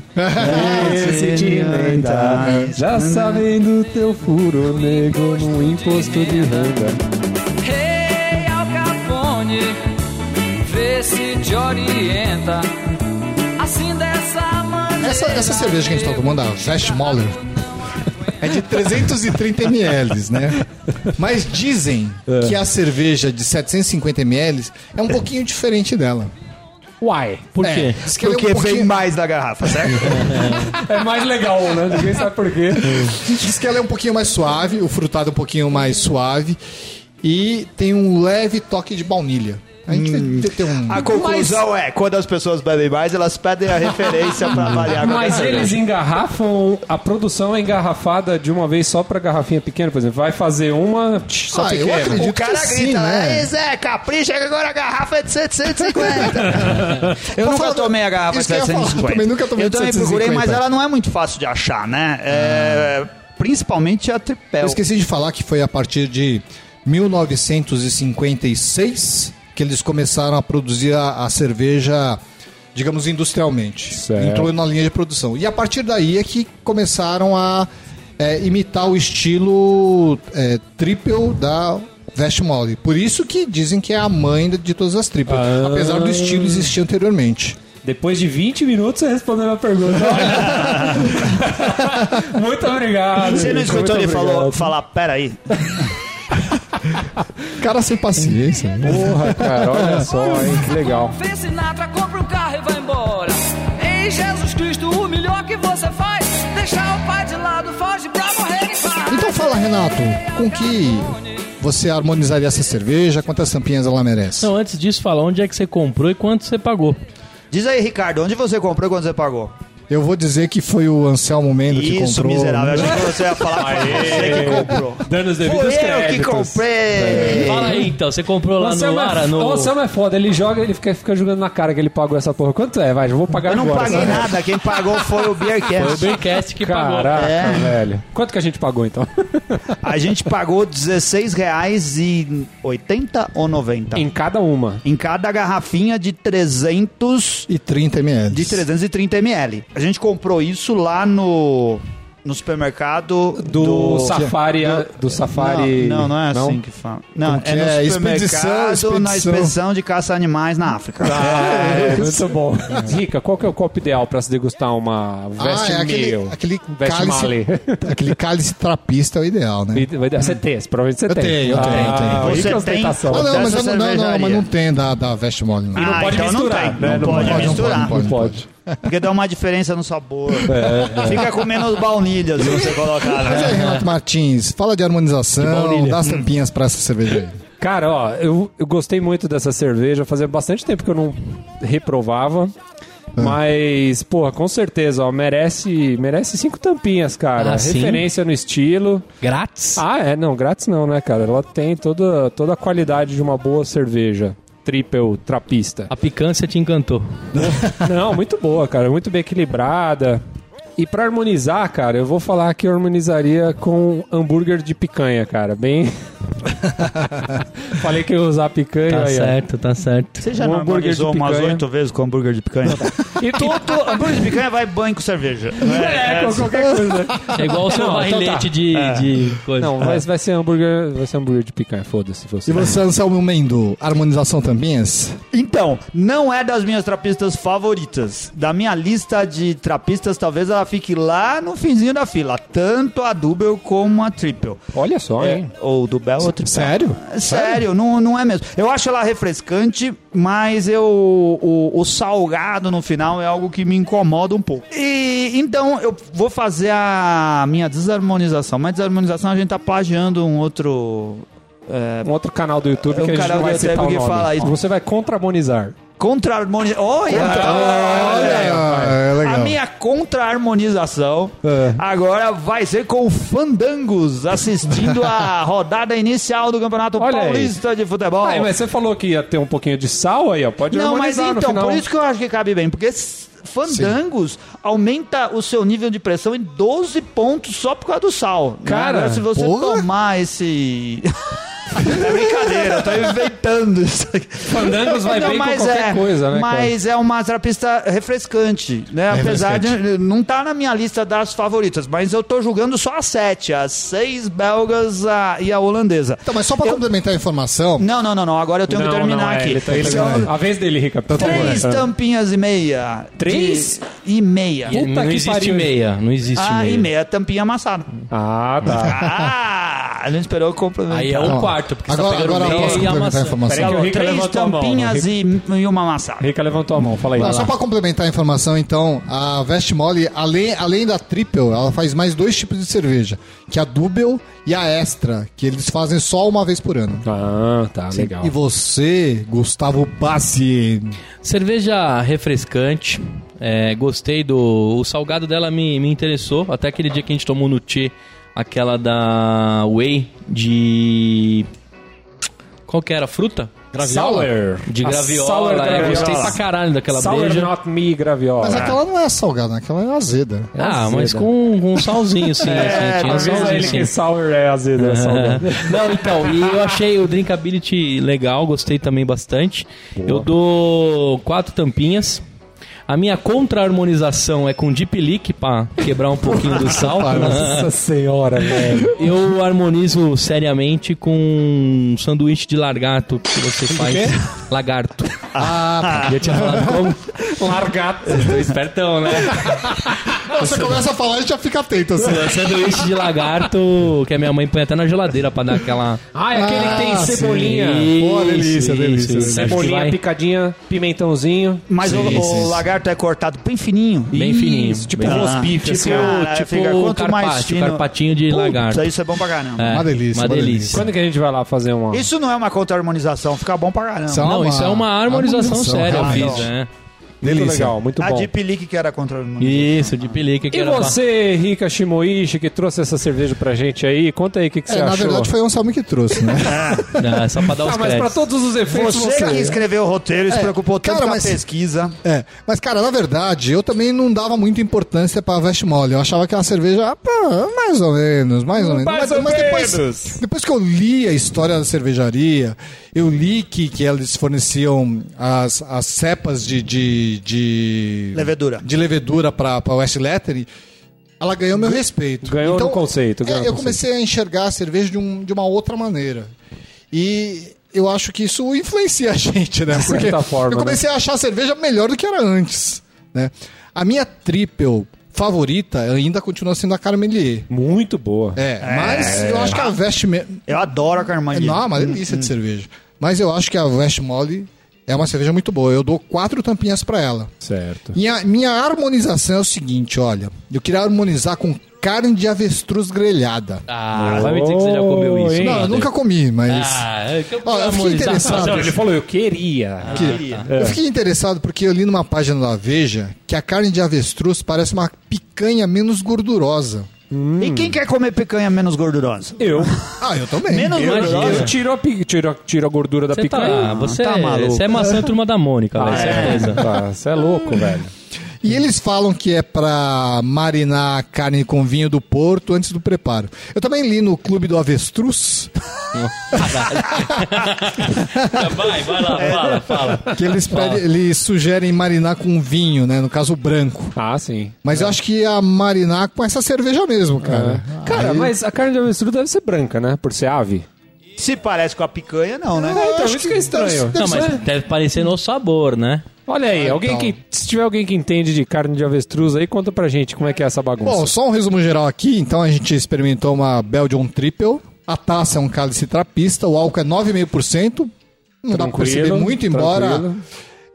Speaker 4: Esse
Speaker 2: de emenda,
Speaker 4: já sabendo teu furo, nego, no imposto de renda.
Speaker 7: Hey, Al Capone, vê se te orienta. Assim dessa maneira.
Speaker 1: Essa, essa cerveja que a gente tá tomando, a Zest Moller, é de 330 ml, né? Mas é dizem que a cerveja de 750 ml é um pouquinho diferente dela.
Speaker 4: Why?
Speaker 3: Por
Speaker 1: É,
Speaker 3: quê?
Speaker 1: escreveu
Speaker 2: Porque
Speaker 1: um
Speaker 2: vem
Speaker 1: pouquinho-
Speaker 2: mais da garrafa, certo?
Speaker 4: É mais legal, né? Ninguém sabe por quê.
Speaker 1: Diz que ela é um pouquinho mais suave, o frutado é um pouquinho mais suave e tem um leve toque de baunilha. A gente
Speaker 4: Hum.
Speaker 1: tem ter um. [LAUGHS]
Speaker 2: A conclusão é, quando as pessoas bebem mais, elas pedem a referência pra avaliar. qual
Speaker 4: Mas
Speaker 2: é a
Speaker 4: eles engarrafam, a produção é engarrafada de uma vez só pra garrafinha pequena, por exemplo. Vai fazer uma tch, só
Speaker 1: Ah, eu
Speaker 4: pequena.
Speaker 1: acredito.
Speaker 2: é, né? O cara
Speaker 1: que sim,
Speaker 2: grita,
Speaker 1: né?
Speaker 2: né? Zé, capricha que agora a garrafa é de 750. [LAUGHS] eu
Speaker 1: Pra
Speaker 2: nunca
Speaker 1: falar-
Speaker 2: tomei a garrafa de
Speaker 1: isso que eu ia falar,
Speaker 2: 750. Eu
Speaker 1: também nunca tomei
Speaker 2: Eu
Speaker 1: de
Speaker 2: também procurei,
Speaker 1: 750.
Speaker 2: mas ela não é muito fácil de achar, né? É, Principalmente a
Speaker 1: Eu
Speaker 2: tripel.
Speaker 1: esqueci de falar que foi a partir de 1956 que eles começaram a produzir a, a cerveja, digamos, industrialmente.
Speaker 4: Certo.
Speaker 1: Entrou na linha de produção. E a partir daí é que começaram a é, imitar o estilo é, triple da Vest Mole. Por isso que dizem que é a mãe de todas as triples,
Speaker 4: Ah.
Speaker 1: apesar do estilo existir anteriormente.
Speaker 4: Depois de 20 minutos você respondeu a pergunta. muito obrigado.
Speaker 2: Você não
Speaker 4: gente,
Speaker 2: escutou
Speaker 4: muito
Speaker 2: ele
Speaker 4: obrigado.
Speaker 2: falou, falar, peraí.
Speaker 1: Cara sem paciência. né?
Speaker 4: Porra, cara, olha só, hein? Que legal.
Speaker 7: Vê Sinatra, compra um carro e vai embora. Ei, Jesus Cristo, o melhor que você faz. Deixar o pai de lado, foge pra morrer em paz.
Speaker 1: Então fala, Renato, com que você harmonizaria essa cerveja? Quantas tampinhas ela merece?
Speaker 3: Então, antes disso, fala onde é que você comprou e quanto você pagou.
Speaker 2: Diz aí, Ricardo, onde você comprou e quando você pagou?
Speaker 1: Eu vou dizer que foi o Anselmo Mendo que
Speaker 2: Isso,
Speaker 1: comprou.
Speaker 2: miserável. Acho que você ia falar que foi você que comprou.
Speaker 4: Dando né? os
Speaker 2: Foi
Speaker 4: devidos
Speaker 2: eu que
Speaker 4: créditos. É.
Speaker 2: comprei.
Speaker 3: Fala aí, então. Você comprou lá
Speaker 4: Você é,
Speaker 3: no Lara, no...
Speaker 4: Anselmo é foda, ele joga, ele fica, fica jogando na cara que ele pagou essa porra. Quanto é? Vai, eu vou pagar
Speaker 2: Eu não
Speaker 4: agora.
Speaker 2: paguei
Speaker 4: sabe?
Speaker 2: nada, quem pagou foi o
Speaker 3: Foi o
Speaker 2: Beercast.
Speaker 3: Beercast que pagou.
Speaker 4: Caraca,
Speaker 2: É.
Speaker 4: velho. Quanto que a gente pagou então?
Speaker 2: A gente pagou R$16,80 ou 90?
Speaker 4: em cada uma.
Speaker 2: Em cada garrafinha de 300
Speaker 1: E 30 ml.
Speaker 2: de 330 ml. A gente comprou isso lá no no supermercado
Speaker 4: Do Safari. Do Safari.
Speaker 2: Não, não, não é assim que fala. Não,
Speaker 1: que
Speaker 2: é no
Speaker 1: é?
Speaker 2: supermercado
Speaker 1: Expedição,
Speaker 2: na
Speaker 1: expedição.
Speaker 2: expedição Tá, de caça a animais na África.
Speaker 4: É, muito bom. Rica, qual que é o copo ideal pra se degustar uma
Speaker 1: Ah,
Speaker 4: veste
Speaker 1: é aquele,
Speaker 4: meio?
Speaker 1: aquele
Speaker 4: Veste
Speaker 1: cálice.
Speaker 4: male.
Speaker 1: [LAUGHS] aquele cálice trapista é o ideal, né?
Speaker 4: E- vai dar- Você tem, esse, provavelmente você
Speaker 1: Eu
Speaker 4: tem.
Speaker 1: tenho, eu tenho, eu tenho.
Speaker 4: o Rica
Speaker 2: Você
Speaker 4: é
Speaker 2: tem?
Speaker 4: ostentação.
Speaker 1: Ah, não, mas,
Speaker 2: Então, Dessa
Speaker 1: eu não, não, não, mas
Speaker 2: cervejaria.
Speaker 1: não tem da, da Vest Mole. Não.
Speaker 2: E
Speaker 4: Ah, então não tem,
Speaker 2: É. Não,
Speaker 4: né? Não
Speaker 2: pode, É,
Speaker 4: pode,
Speaker 2: misturar.
Speaker 4: Não pode.
Speaker 2: Porque dá uma diferença no sabor. Fica com menos baunilha se você colocar.
Speaker 1: Mas aí,
Speaker 2: Né?
Speaker 1: Renato Martins, fala de harmonização, dá as tampinhas pra essa cerveja aí.
Speaker 4: Cara, ó, eu, eu gostei muito dessa cerveja. Fazia bastante tempo que eu não reprovava. Mas, porra, com certeza, ó, merece, merece cinco tampinhas, cara.
Speaker 3: Ah, sim?
Speaker 4: Referência no estilo.
Speaker 3: Grátis?
Speaker 4: Ah, é, não, grátis não, né, cara? Ela tem toda, toda a qualidade de uma boa cerveja. Triple trapista.
Speaker 3: A picância te encantou.
Speaker 4: Não, muito boa, cara. Muito bem equilibrada. E pra harmonizar, cara, eu vou falar que eu harmonizaria com hambúrguer de picanha, cara. Bem. [LAUGHS] Falei que eu ia usar picanha.
Speaker 3: Tá
Speaker 4: aí, ó.
Speaker 3: certo, tá certo.
Speaker 2: Você já
Speaker 4: Um
Speaker 2: não
Speaker 4: hambúrguer de
Speaker 2: harmonizou umas
Speaker 4: picanha.
Speaker 2: oito vezes com hambúrguer de picanha?
Speaker 4: E
Speaker 2: Todo hambúrguer de picanha vai banho com [LAUGHS] cerveja.
Speaker 4: É, com qualquer coisa.
Speaker 3: É igual o seu
Speaker 4: Não, então
Speaker 3: barrilete
Speaker 4: tá.
Speaker 3: de, de coisa.
Speaker 2: É.
Speaker 4: Não, vai, vai ser hambúrguer, vai ser hambúrguer de picanha, foda-se você.
Speaker 1: E você, Anselmo Mendo, harmonização tampinhas?
Speaker 2: Então, não é das minhas trapistas favoritas. Da minha lista de trapistas, talvez ela fique lá no finzinho da fila. Tanto a Double como a Triple.
Speaker 4: Olha só, hein?
Speaker 2: Ou Double ou Triple.
Speaker 1: Sério?
Speaker 2: É Sério, não, não é mesmo. Eu acho ela refrescante, mas eu o, o salgado no final é algo que me incomoda um pouco. E então eu vou fazer a minha desarmonização. Mas desarmonização a gente tá plagiando um outro é,
Speaker 4: Um outro canal do YouTube
Speaker 2: É um
Speaker 4: que a gente
Speaker 2: canal
Speaker 4: não vai
Speaker 2: do YouTube
Speaker 4: citar o
Speaker 2: que
Speaker 4: nome.
Speaker 2: fala isso.
Speaker 4: Você vai contraharmonizar.
Speaker 2: contra-harmonização. Olha!
Speaker 1: é legal.
Speaker 2: A minha contra-harmonização
Speaker 1: É.
Speaker 2: agora vai ser com o Fandangos assistindo [LAUGHS] a rodada inicial do Campeonato
Speaker 4: Olha aí.
Speaker 2: Paulista de Futebol.
Speaker 4: Ah, mas você falou que ia ter um pouquinho de sal aí, ó. Pode
Speaker 2: Não, mas
Speaker 4: harmonizar no
Speaker 2: então,
Speaker 4: final.
Speaker 2: por isso que eu acho que cabe bem, porque s- Fandangos aumenta o seu nível de pressão em 12 pontos só por causa do sal. né?
Speaker 4: Cara,
Speaker 2: Agora, se você
Speaker 1: porra.
Speaker 2: tomar esse. [LAUGHS] é brincadeira, eu tô inventando isso aqui.
Speaker 4: Fandangos vai
Speaker 2: Não,
Speaker 4: bem com
Speaker 2: mas
Speaker 4: qualquer
Speaker 2: é,
Speaker 4: coisa, né, cara?
Speaker 2: Mas é uma trapista refrescante, né? Apesar de não tá na minha lista das favoritas, mas eu tô julgando só as sete, as seis belgas a- e a holandesa.
Speaker 1: Então, mas só pra complementar a informação,
Speaker 2: Não, não, não, não. Agora eu tenho
Speaker 4: Não,
Speaker 2: que terminar
Speaker 4: não, é,
Speaker 2: aqui.
Speaker 4: ele tá- ele
Speaker 2: São
Speaker 4: tá- A vez dele, Rica. por favor.
Speaker 2: Três tampinhas e meia.
Speaker 4: ah, Três?
Speaker 2: De- e meia.
Speaker 4: Puta
Speaker 3: não
Speaker 4: que
Speaker 3: existe
Speaker 4: pariu.
Speaker 3: meia, não existe
Speaker 2: Ah,
Speaker 3: meia. [LAUGHS]
Speaker 2: e meia tampinha amassada.
Speaker 4: Ah, tá.
Speaker 2: Ah, A gente esperou complementar.
Speaker 3: Aí é
Speaker 1: Ó,
Speaker 3: um quarto, porque
Speaker 1: agora,
Speaker 3: só pegando
Speaker 1: agora eu
Speaker 3: meia
Speaker 1: posso
Speaker 3: e a
Speaker 1: complementar a
Speaker 3: maçã.
Speaker 1: informação.
Speaker 4: Peraí que o
Speaker 2: Falou
Speaker 4: Rica
Speaker 2: três
Speaker 4: levantou a mão.
Speaker 2: tampinhas
Speaker 4: O
Speaker 2: e, e uma maçada.
Speaker 4: Rica levantou a mão, fala aí.
Speaker 1: Não, só para complementar a informação, então, a Vest Mole, além, além da Triple, ela faz mais dois tipos de cerveja, que é a Double e a Extra, que eles fazem só uma vez por ano.
Speaker 4: Ah, tá, legal.
Speaker 1: E você, Gustavo Bassi,
Speaker 3: Cerveja refrescante. é, gostei do. O salgado dela me, me interessou. Até aquele dia que a gente tomou no Tchê, aquela da Whey de. Qual que era? Fruta?
Speaker 4: Sour.
Speaker 3: De
Speaker 1: Ah,
Speaker 4: A
Speaker 3: graviola.
Speaker 4: sour
Speaker 3: é,
Speaker 4: graviola.
Speaker 3: Gostei pra caralho daquela
Speaker 4: Sour
Speaker 3: breja.
Speaker 4: not me graviola.
Speaker 3: Tá.
Speaker 1: mas aquela não é salgada, né? aquela é azeda.
Speaker 3: Ah,
Speaker 4: azeda.
Speaker 3: mas com, com um salzinho,
Speaker 4: [LAUGHS]
Speaker 3: sim. assim, tinha um
Speaker 4: Avisa
Speaker 3: salzinho,
Speaker 4: É, ele
Speaker 3: sim.
Speaker 4: que sour é azeda. é sour.
Speaker 3: [LAUGHS] Não, então, e eu achei o Drinkability legal, gostei também bastante. Eu dou quatro tampinhas. A minha contra-harmonização é com Deep Leak, pra quebrar um pouquinho do sal.
Speaker 4: Nossa senhora, velho.
Speaker 3: Eu harmonizo seriamente com um sanduíche de largato que você faz. Lagarto. Ah, eu tinha falado com... um
Speaker 4: Largato.
Speaker 3: Espertão, né? É
Speaker 1: Você começa a falar e já fica atento, assim.
Speaker 3: um sanduíche de lagarto que a minha mãe põe até na geladeira pra dar aquela...
Speaker 4: Ah, é aquele que tem
Speaker 1: Ah,
Speaker 4: cebolinha.
Speaker 1: Pô, delícia, delícia.
Speaker 4: Cebolinha
Speaker 3: Acho que vai-
Speaker 4: picadinha, pimentãozinho.
Speaker 2: Mas o,
Speaker 3: Sim,
Speaker 2: o
Speaker 3: sim, sim.
Speaker 2: lagarto é cortado bem fininho.
Speaker 3: Bem fininho.
Speaker 4: tipo
Speaker 3: bem
Speaker 2: um
Speaker 3: fininho.
Speaker 2: rosbife, assim,
Speaker 3: Tipo,
Speaker 2: cara,
Speaker 3: tipo
Speaker 2: fica quanto
Speaker 3: carpaccio,
Speaker 2: mais fino-
Speaker 3: carpatinho de lagarto.
Speaker 2: Isso é bom pra caramba.
Speaker 3: É,
Speaker 1: Uma delícia,
Speaker 3: Uma
Speaker 1: uma
Speaker 3: delícia.
Speaker 4: Quando que a gente vai lá fazer uma...
Speaker 2: Isso não é uma contra-harmonização, fica bom pra caramba.
Speaker 1: Isso é uma-
Speaker 3: Não, isso é uma harmonização séria, eu
Speaker 1: realmente.
Speaker 3: fiz, né?
Speaker 4: Muito
Speaker 1: Delícia.
Speaker 4: legal, muito
Speaker 2: a
Speaker 4: bom.
Speaker 2: de pelique que era contra-harmonização.
Speaker 3: Isso, de pelica que
Speaker 4: E
Speaker 3: era tá?
Speaker 4: você, Rica Shimoishi, que trouxe essa cerveja pra gente aí, conta aí o que, que
Speaker 1: É,
Speaker 4: você
Speaker 1: na
Speaker 4: achou.
Speaker 1: verdade foi o Anselmo que trouxe, né?
Speaker 3: pra- Não, é só pra dar os
Speaker 4: Ah, mas pra
Speaker 3: créditos.
Speaker 4: todos os efeitos
Speaker 2: Você que escreveu o roteiro, se
Speaker 1: É,
Speaker 2: preocupou tanto
Speaker 1: cara,
Speaker 2: com a
Speaker 1: mas-
Speaker 2: pesquisa.
Speaker 1: É, mas cara, na verdade, eu também não dava muita importância pra Vest Mole. Eu achava que era uma cerveja, ah, pá, mais ou menos, mais ou menos.
Speaker 4: Mais
Speaker 1: mas,
Speaker 4: ou
Speaker 1: mas
Speaker 4: menos.
Speaker 1: depois, depois que eu li a história da cervejaria, eu li que, que eles forneciam as, as cepas de, de, de.
Speaker 2: Levedura.
Speaker 1: De levedura pra, pra West Lettery. Ela ganhou meu respeito.
Speaker 4: ganhou no conceito, ganhou
Speaker 1: é,
Speaker 4: no
Speaker 1: eu
Speaker 4: conceito.
Speaker 1: comecei a enxergar a cerveja de, um, de uma outra maneira. E eu acho que isso influencia a gente, né? Porque
Speaker 4: certa forma,
Speaker 1: eu
Speaker 4: né?
Speaker 1: comecei a achar a cerveja melhor do que era antes, né? A minha triple favorita ainda continua sendo a Carmelier.
Speaker 4: Muito boa.
Speaker 1: É, mas eu acho que a Vest... Me...
Speaker 2: Eu adoro a Carmania.
Speaker 1: Não, é uma delícia de cerveja. Mas eu acho que a Vest Mole é uma cerveja muito boa. Eu dou quatro tampinhas pra ela.
Speaker 4: Certo.
Speaker 1: Minha, minha harmonização é o seguinte, olha. Eu queria harmonizar com carne de avestruz grelhada.
Speaker 3: Ah, vai me dizer que você já comeu isso.
Speaker 4: Oi,
Speaker 1: Não, eu
Speaker 3: brother.
Speaker 1: nunca comi, mas...
Speaker 3: Ah, é que eu,
Speaker 1: Ó, eu fiquei
Speaker 3: harmonizar-
Speaker 1: interessado.
Speaker 4: Não, ele falou, eu queria.
Speaker 1: Que-
Speaker 4: É.
Speaker 1: Eu fiquei interessado porque eu li numa página da Veja que a carne de avestruz parece uma picanha menos gordurosa.
Speaker 2: E quem quer comer picanha menos gordurosa?
Speaker 4: Eu.
Speaker 1: Ah, eu também.
Speaker 2: Menos gordurosa?
Speaker 4: Eu tiro a, pi- tiro, a- tiro a gordura da
Speaker 3: Você tá,
Speaker 4: picanha.
Speaker 3: você,
Speaker 2: tá
Speaker 3: é-
Speaker 2: maluco.
Speaker 3: você é maçã turma da Mônica, velho, certeza.
Speaker 4: Ah, Você é louco, velho.
Speaker 1: E eles falam que é pra marinar a carne com vinho do Porto antes do preparo. Eu também li no Clube do Avestruz
Speaker 3: Vai, vai lá, fala, fala.
Speaker 1: que
Speaker 4: [LAUGHS]
Speaker 1: eles,
Speaker 4: Ah.
Speaker 1: pedem- eles sugerem marinar com vinho, né? No caso, branco.
Speaker 4: Ah, sim.
Speaker 1: Mas eu acho que ia marinar com essa cerveja mesmo, cara.
Speaker 4: É. Cara, mas a carne de avestruz deve ser branca, né? Por ser ave.
Speaker 2: Se parece com a picanha, não, né?
Speaker 4: então,
Speaker 1: acho
Speaker 4: isso que é estranho.
Speaker 1: deve
Speaker 3: Não,
Speaker 1: ser-
Speaker 3: mas deve parecer no sabor, né?
Speaker 4: Olha aí, alguém
Speaker 1: então.
Speaker 4: que, se tiver alguém que entende de carne de avestruz aí, conta pra gente como é que é essa bagunça.
Speaker 1: Bom, só um resumo geral aqui. Então a gente experimentou uma Belgian Triple. A taça é um cálice trapista, o álcool é 9,5%. Não dá pra perceber muito, embora
Speaker 4: tranquilo.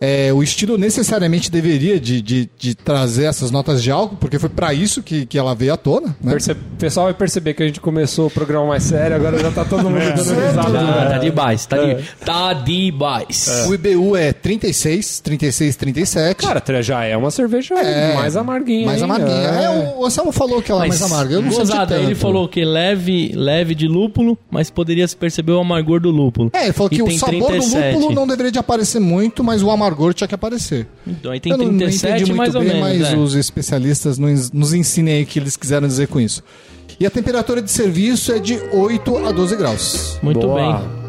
Speaker 1: é, o estilo necessariamente deveria de, de, de trazer essas notas de álcool, porque foi pra isso que, que ela veio à tona. Né?
Speaker 4: Perce- O pessoal vai perceber que a gente começou o programa mais sério, agora já tá todo mundo
Speaker 1: É,
Speaker 4: dando
Speaker 3: Ah,
Speaker 4: risada.
Speaker 3: tá demais, tá, de, tá demais.
Speaker 1: O IBU é 36, 36, 37.
Speaker 4: Cara, tre- já é uma cerveja mais amarguinha.
Speaker 1: mais
Speaker 4: hein?
Speaker 1: amarguinha. É, o o Anselmo falou que ela é mais amarga. Eu não senti
Speaker 3: gozada,
Speaker 1: tanto.
Speaker 3: ele falou que leve, leve de lúpulo, mas poderia se perceber o amargor do lúpulo.
Speaker 1: É, ele falou
Speaker 3: E Então,
Speaker 1: que o
Speaker 3: tem
Speaker 1: sabor
Speaker 3: 37.
Speaker 1: do lúpulo não deveria de aparecer muito, mas o amargor tinha que aparecer.
Speaker 3: Então, aí tem
Speaker 1: Eu não- não
Speaker 3: 37
Speaker 1: entendi muito
Speaker 3: mais ou
Speaker 1: bem,
Speaker 3: menos.
Speaker 1: Mas
Speaker 3: é.
Speaker 1: os especialistas nos, nos ensinem aí o que eles quiseram dizer com isso. E a temperatura de serviço é de 8 a 12 graus.
Speaker 3: Muito
Speaker 4: Boa.
Speaker 3: bem.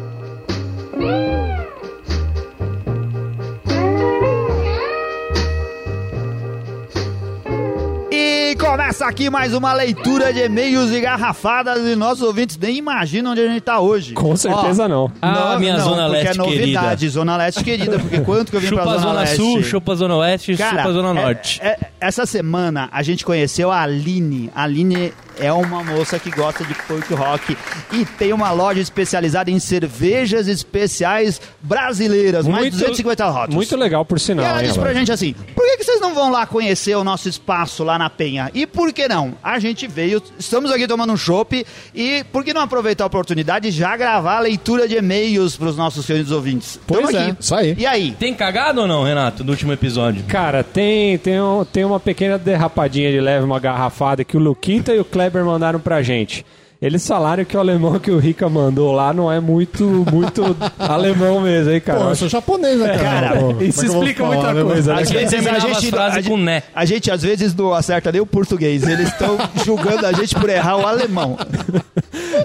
Speaker 2: E com Começa aqui mais uma leitura de e-mails e garrafadas e nossos ouvintes nem imaginam onde a gente tá hoje.
Speaker 4: Com certeza não.
Speaker 3: Ah, minha Zona
Speaker 2: porque
Speaker 3: Leste
Speaker 2: é novidade,
Speaker 3: querida.
Speaker 2: Zona Leste querida, porque quanto que eu vim
Speaker 3: Chupa
Speaker 2: pra
Speaker 3: a
Speaker 2: Zona,
Speaker 3: Zona
Speaker 2: Leste.
Speaker 3: Sul, chupa a Zona Oeste, chupa a Zona
Speaker 2: é-
Speaker 3: Norte.
Speaker 2: é- essa semana a gente conheceu a Aline. A Aline é uma moça que gosta de punk rock e tem uma loja especializada em cervejas especiais brasileiras, mais de 250 rótulos.
Speaker 4: Muito legal, por
Speaker 2: E
Speaker 4: sinal.
Speaker 2: ela
Speaker 4: hein,
Speaker 2: disse pra
Speaker 4: Alan?
Speaker 2: gente assim: por que, que vocês não vão lá conhecer o nosso espaço lá na Penha? E por que não? A gente veio, estamos aqui tomando um chopp e por que não aproveitar a oportunidade e já gravar a leitura de e-mails pros nossos queridos ouvintes?
Speaker 4: Pois
Speaker 2: Tamo
Speaker 4: é,
Speaker 2: aqui.
Speaker 1: isso aí.
Speaker 2: E aí?
Speaker 3: Tem cagado ou não, Renato, do último episódio?
Speaker 4: Cara, tem, tem, um- tem uma pequena derrapadinha de leve, uma garrafada que o Luquita e o Kleber mandaram pra gente. Eles falaram que o alemão que o Rica mandou lá não é muito,
Speaker 2: [LAUGHS]
Speaker 4: muito alemão mesmo, hein, cara?
Speaker 1: Pô,
Speaker 4: Eu
Speaker 1: eu sou japonês, né, cara?
Speaker 2: Cara,
Speaker 1: Pô, como
Speaker 4: isso
Speaker 1: é que eu vou
Speaker 4: explica
Speaker 1: falar,
Speaker 4: muita
Speaker 1: né,
Speaker 4: coisa,
Speaker 1: mas é
Speaker 4: né?
Speaker 1: que-
Speaker 2: Às
Speaker 3: Ele
Speaker 2: vezes a
Speaker 3: terminava as
Speaker 2: gente,
Speaker 3: frases
Speaker 2: a, gente-
Speaker 3: com né.
Speaker 2: a gente às vezes não acerta nem o português. Eles estão [LAUGHS] julgando a gente por errar o alemão.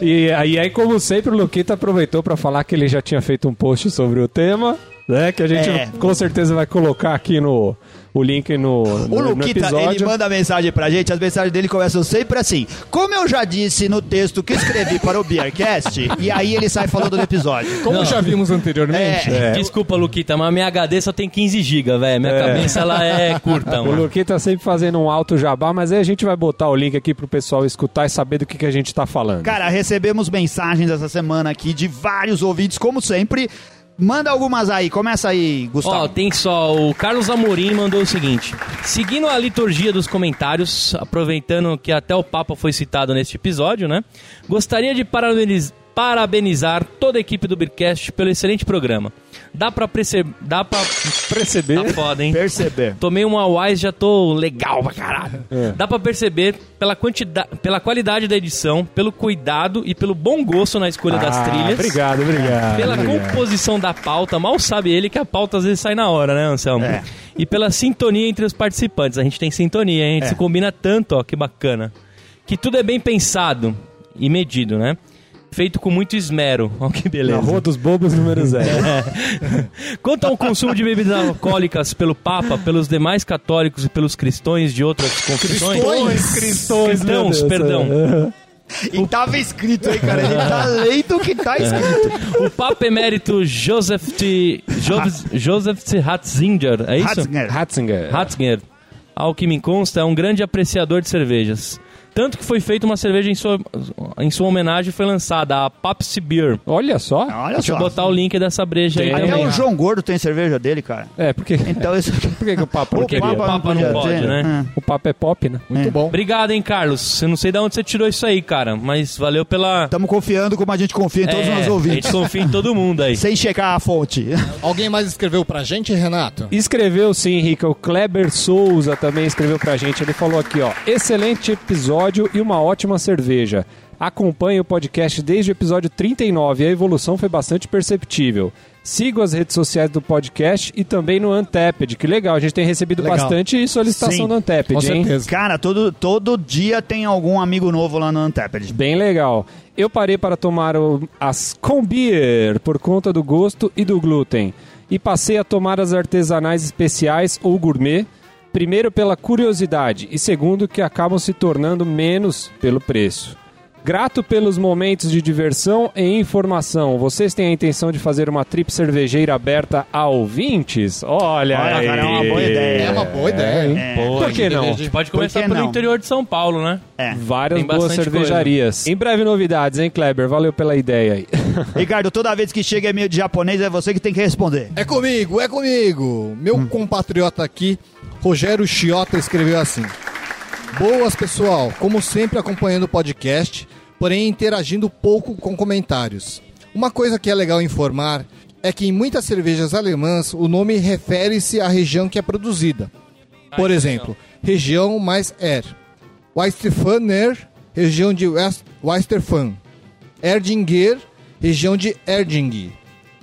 Speaker 4: E aí, aí, como sempre, o Luquita aproveitou pra falar que ele já tinha feito um post sobre o tema, né? Que a gente
Speaker 2: É.
Speaker 4: com certeza vai colocar aqui no o link no, no,
Speaker 2: O
Speaker 4: no
Speaker 2: Luquita, ele
Speaker 4: episódio.
Speaker 2: manda mensagem pra gente, as mensagens dele começam sempre assim. Como eu já disse no texto que escrevi para
Speaker 1: [LAUGHS]
Speaker 2: o Beercast, e aí ele sai falando do episódio.
Speaker 1: Como já vimos anteriormente,
Speaker 2: É,
Speaker 3: Desculpa, Luquita, mas minha HD só tem 15 GB, velho. Minha cabeça ela
Speaker 2: [LAUGHS]
Speaker 3: é curta,
Speaker 4: O
Speaker 3: mano.
Speaker 4: Luquita sempre fazendo um alto jabá, mas aí a gente vai botar o link aqui pro pessoal escutar e saber do que, que a gente tá falando.
Speaker 2: Cara, recebemos mensagens essa semana aqui de vários ouvintes, como sempre. Manda algumas aí, começa aí,
Speaker 3: Ó,
Speaker 2: Gustavo.
Speaker 3: tem só, o Carlos Amorim mandou o seguinte: seguindo a liturgia dos comentários, aproveitando que até o Papa foi citado neste episódio, né? Gostaria de parabeniz- parabenizar toda a equipe do Beercast pelo excelente programa. Dá pra perceber. Dá pra.
Speaker 4: Perceber?
Speaker 3: Tá foda, hein?
Speaker 2: Perceber.
Speaker 3: Tomei uma Wise, já tô legal pra caralho.
Speaker 4: É.
Speaker 3: Dá pra perceber pela, quantidade, pela qualidade da edição, pelo cuidado e pelo bom gosto na escolha das
Speaker 4: Ah,
Speaker 3: trilhas.
Speaker 4: Obrigado, obrigado.
Speaker 3: Pela
Speaker 4: obrigado.
Speaker 3: composição da pauta, mal sabe ele que a pauta às vezes sai na hora, né, Anselmo?
Speaker 2: É.
Speaker 3: E pela sintonia entre os participantes. A gente tem sintonia, hein? A gente se combina tanto, ó, que bacana. Que tudo é bem pensado e medido, né? Feito com muito esmero. [LAUGHS] Ó, que
Speaker 4: Na
Speaker 3: beleza.
Speaker 4: Rua dos Bobos, número zero.
Speaker 3: Quanto ao consumo de bebidas alcoólicas pelo Papa, pelos demais católicos e pelos cristões de outras confissões.
Speaker 1: Cristões?
Speaker 3: cristões, cristãos, perdão. tipo-
Speaker 2: E tava escrito aí, cara. Ele
Speaker 3: [LAUGHS]
Speaker 2: tá lendo o que
Speaker 3: É,
Speaker 2: tá escrito.
Speaker 3: O Papa emérito Joseph T. Joseph, Joseph T. Ratzinger, é isso?
Speaker 2: Ratzinger.
Speaker 4: Ratzinger.
Speaker 3: Ratzinger, ao que me consta, é um grande apreciador de cervejas. Tanto que foi feita uma cerveja em sua, em sua homenagem foi lançada, a Pepsi Beer.
Speaker 4: Olha só.
Speaker 2: Olha
Speaker 3: Deixa eu
Speaker 2: só.
Speaker 3: botar o link dessa breja aí
Speaker 4: Tem.
Speaker 2: Até
Speaker 3: também.
Speaker 2: o João Gordo tem cerveja dele, cara.
Speaker 4: É, porque,
Speaker 2: Então isso.
Speaker 4: porque que o papo não
Speaker 3: Porque
Speaker 4: queria?
Speaker 3: o Papa não
Speaker 2: podia
Speaker 3: pode,
Speaker 2: ter.
Speaker 3: né?
Speaker 4: O papo é pop, né?
Speaker 1: muito bom.
Speaker 3: Obrigado, hein, Carlos. Eu não sei de onde você tirou isso aí, cara, mas valeu pela...
Speaker 2: Estamos confiando como a gente confia em Então, todos
Speaker 3: É,
Speaker 2: os nossos
Speaker 3: a
Speaker 2: ouvintes.
Speaker 3: gente confia em todo mundo aí.
Speaker 2: Sem checar a fonte.
Speaker 1: Alguém mais escreveu pra gente, Renato?
Speaker 4: Escreveu sim, Rica. O Kleber Souza também escreveu pra gente. Ele falou aqui, ó. Excelente episódio e uma ótima cerveja. Acompanhe o podcast desde o episódio 39 e a evolução foi bastante perceptível. Sigo as redes sociais do podcast e também no Anteped. Que legal, a gente tem recebido
Speaker 1: Legal.
Speaker 4: bastante solicitação
Speaker 2: Sim,
Speaker 4: do Anteped,
Speaker 1: Com
Speaker 4: hein?
Speaker 1: certeza.
Speaker 2: Cara, todo, todo dia tem algum amigo novo lá no Antepid.
Speaker 4: [LAUGHS] Bem legal. Eu parei para tomar o- as Combier por conta do gosto e do glúten. E passei a tomar as artesanais especiais ou gourmet, primeiro pela curiosidade e segundo que acabam se tornando menos pelo preço. Grato pelos momentos de diversão e informação. Vocês têm a intenção de fazer uma trip cervejeira aberta a ouvintes? Olha,
Speaker 2: Olha,
Speaker 4: aí.
Speaker 2: cara, é uma boa ideia.
Speaker 1: É uma boa ideia, hein?
Speaker 4: Por que não?
Speaker 3: A gente pode começar
Speaker 2: que
Speaker 3: pelo
Speaker 2: não?
Speaker 3: interior de São Paulo, né?
Speaker 2: É.
Speaker 4: Várias
Speaker 3: Tem
Speaker 4: boas
Speaker 3: bastante
Speaker 4: cervejarias. Em breve novidades, hein, Kleber? Valeu pela ideia aí.
Speaker 2: Ricardo, toda vez que chega e-mail de japonês, é você que tem que responder.
Speaker 1: É comigo, é comigo. Meu compatriota aqui, Rogério Chiota, escreveu assim: Boas, pessoal. Como sempre, acompanhando o podcast, porém interagindo pouco com comentários. Uma coisa que é legal informar é que em muitas cervejas alemãs o nome refere-se à região que é produzida. Por exemplo, região mais Er. Westerfaner, região de West, Westerfan. Erdinger, região de Erding.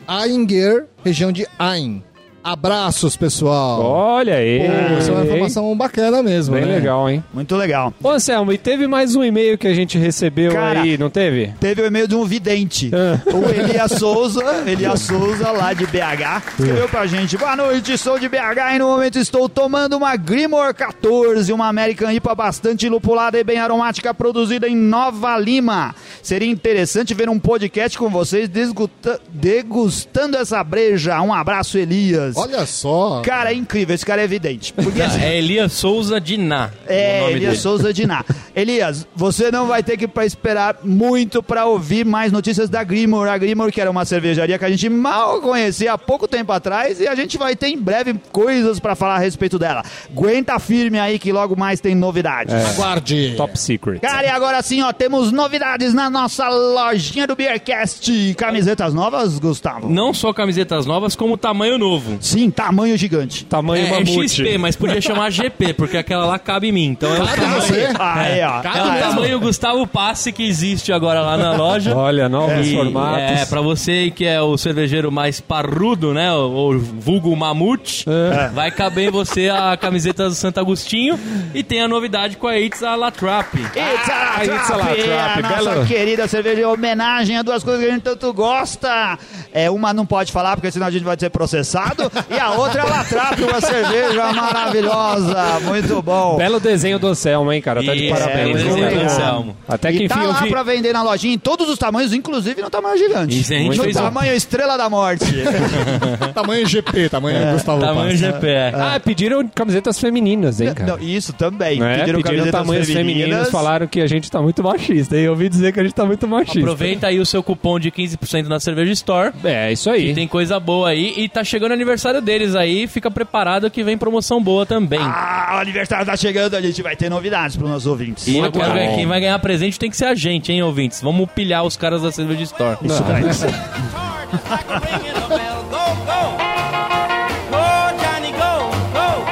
Speaker 1: Ainger, região de Ain. Abraços, pessoal.
Speaker 4: Olha aí.
Speaker 1: Pô, essa é uma informação bacana mesmo.
Speaker 4: Bem
Speaker 1: né?
Speaker 4: legal, hein?
Speaker 2: Muito legal.
Speaker 4: Ô, Anselmo, e teve mais um e-mail que a gente recebeu
Speaker 2: Cara,
Speaker 4: aí, não teve?
Speaker 2: Teve o e-mail de um vidente. O Elias Souza, Elias Souza, lá de BH, escreveu pra gente: Boa noite, sou de BH e no momento estou tomando uma Grimor 14, uma American IPA bastante lupulada e bem aromática, produzida em Nova Lima. Seria interessante ver um podcast com vocês desguta- degustando essa breja. Um abraço, Elias.
Speaker 1: Olha só.
Speaker 2: Cara, é incrível, esse cara é evidente.
Speaker 3: [LAUGHS]
Speaker 2: Porque assim,
Speaker 3: É Elias Souza de Ná.
Speaker 2: é,
Speaker 3: o nome
Speaker 2: Elias
Speaker 3: dele.
Speaker 2: Souza Diná. Elias, você não vai ter que pra- esperar muito para ouvir mais notícias da Grimor. A Grimor, que era uma cervejaria que a gente mal conhecia há pouco tempo atrás, e a gente vai ter em breve coisas para falar a respeito dela. Aguenta firme aí que logo mais tem novidades.
Speaker 3: É.
Speaker 1: Aguarde.
Speaker 4: Top Secret.
Speaker 2: Cara, e agora sim, ó, temos novidades na nossa lojinha do Beercast. Camisetas novas, Gustavo?
Speaker 3: Não só camisetas novas, como tamanho novo.
Speaker 2: Sim, tamanho gigante.
Speaker 4: Tamanho
Speaker 3: É, é
Speaker 4: mamute.
Speaker 3: XP, mas podia chamar GP, porque aquela lá cabe em mim. Então [LAUGHS] é o tamanho,
Speaker 1: você.
Speaker 2: Aí, ó. tá
Speaker 3: é o tamanho Gustavo Passe que existe agora lá na
Speaker 4: [LAUGHS]
Speaker 3: loja.
Speaker 4: Olha, novos
Speaker 3: E,
Speaker 4: formatos.
Speaker 3: É, pra você que é o cervejeiro mais parrudo, né? Ou vulgo mamute, vai caber em você a camiseta do Santo Agostinho. E tem a novidade com a Eats a La Trap.
Speaker 2: It's a
Speaker 4: Ah,
Speaker 2: Trap,
Speaker 4: It's a La Trap,
Speaker 2: é a nossa
Speaker 4: belo-
Speaker 2: querida cerveja em homenagem a duas coisas que a gente tanto gosta. É, uma não pode falar, porque senão a gente vai ser processado. e a outra é a La Trap, uma cerveja maravilhosa. Muito bom.
Speaker 4: Belo desenho do Anselmo, hein, cara? Tá de
Speaker 3: Isso,
Speaker 4: parabéns.
Speaker 3: é, o desenho do
Speaker 4: Obrigado.
Speaker 3: Anselmo.
Speaker 4: Até que
Speaker 2: e
Speaker 4: enfim
Speaker 2: tá
Speaker 4: eu
Speaker 2: lá
Speaker 4: vi.
Speaker 2: pra vender na lojinha em todos os tamanhos, inclusive no tamanho gigante.
Speaker 3: Isso, a gente
Speaker 2: no
Speaker 3: fez um.
Speaker 2: tamanho estrela da
Speaker 4: [LAUGHS]
Speaker 2: morte.
Speaker 1: Tamanho GP, tamanho Gustavo
Speaker 3: Tamanho é.
Speaker 1: Paz.
Speaker 3: GP.
Speaker 4: Ah, pediram camisetas femininas, hein, cara?
Speaker 2: Não, Então, isso também.
Speaker 4: Né? Pediram,
Speaker 2: camisetas
Speaker 4: tamanhos femininos,
Speaker 2: femininas.
Speaker 4: falaram que a gente tá muito machista. E eu ouvi dizer que a gente tá muito machista.
Speaker 3: Aproveita aí o seu cupom de 15% na Cerveja Store.
Speaker 4: É, isso aí.
Speaker 3: Tem coisa boa aí. E tá chegando o aniversário deles aí. Fica preparado que vem promoção boa também.
Speaker 2: Ah, o aniversário tá chegando, a gente vai ter novidades pros nossos ouvintes.
Speaker 3: E eu
Speaker 4: Tá
Speaker 3: quero ver quem vai ganhar presente tem que ser a gente, hein, ouvintes? Vamos pilhar os caras da Cerveja Store. Tá,
Speaker 5: Like a ring in a bell. Go, go. Go, Johnny, go, go.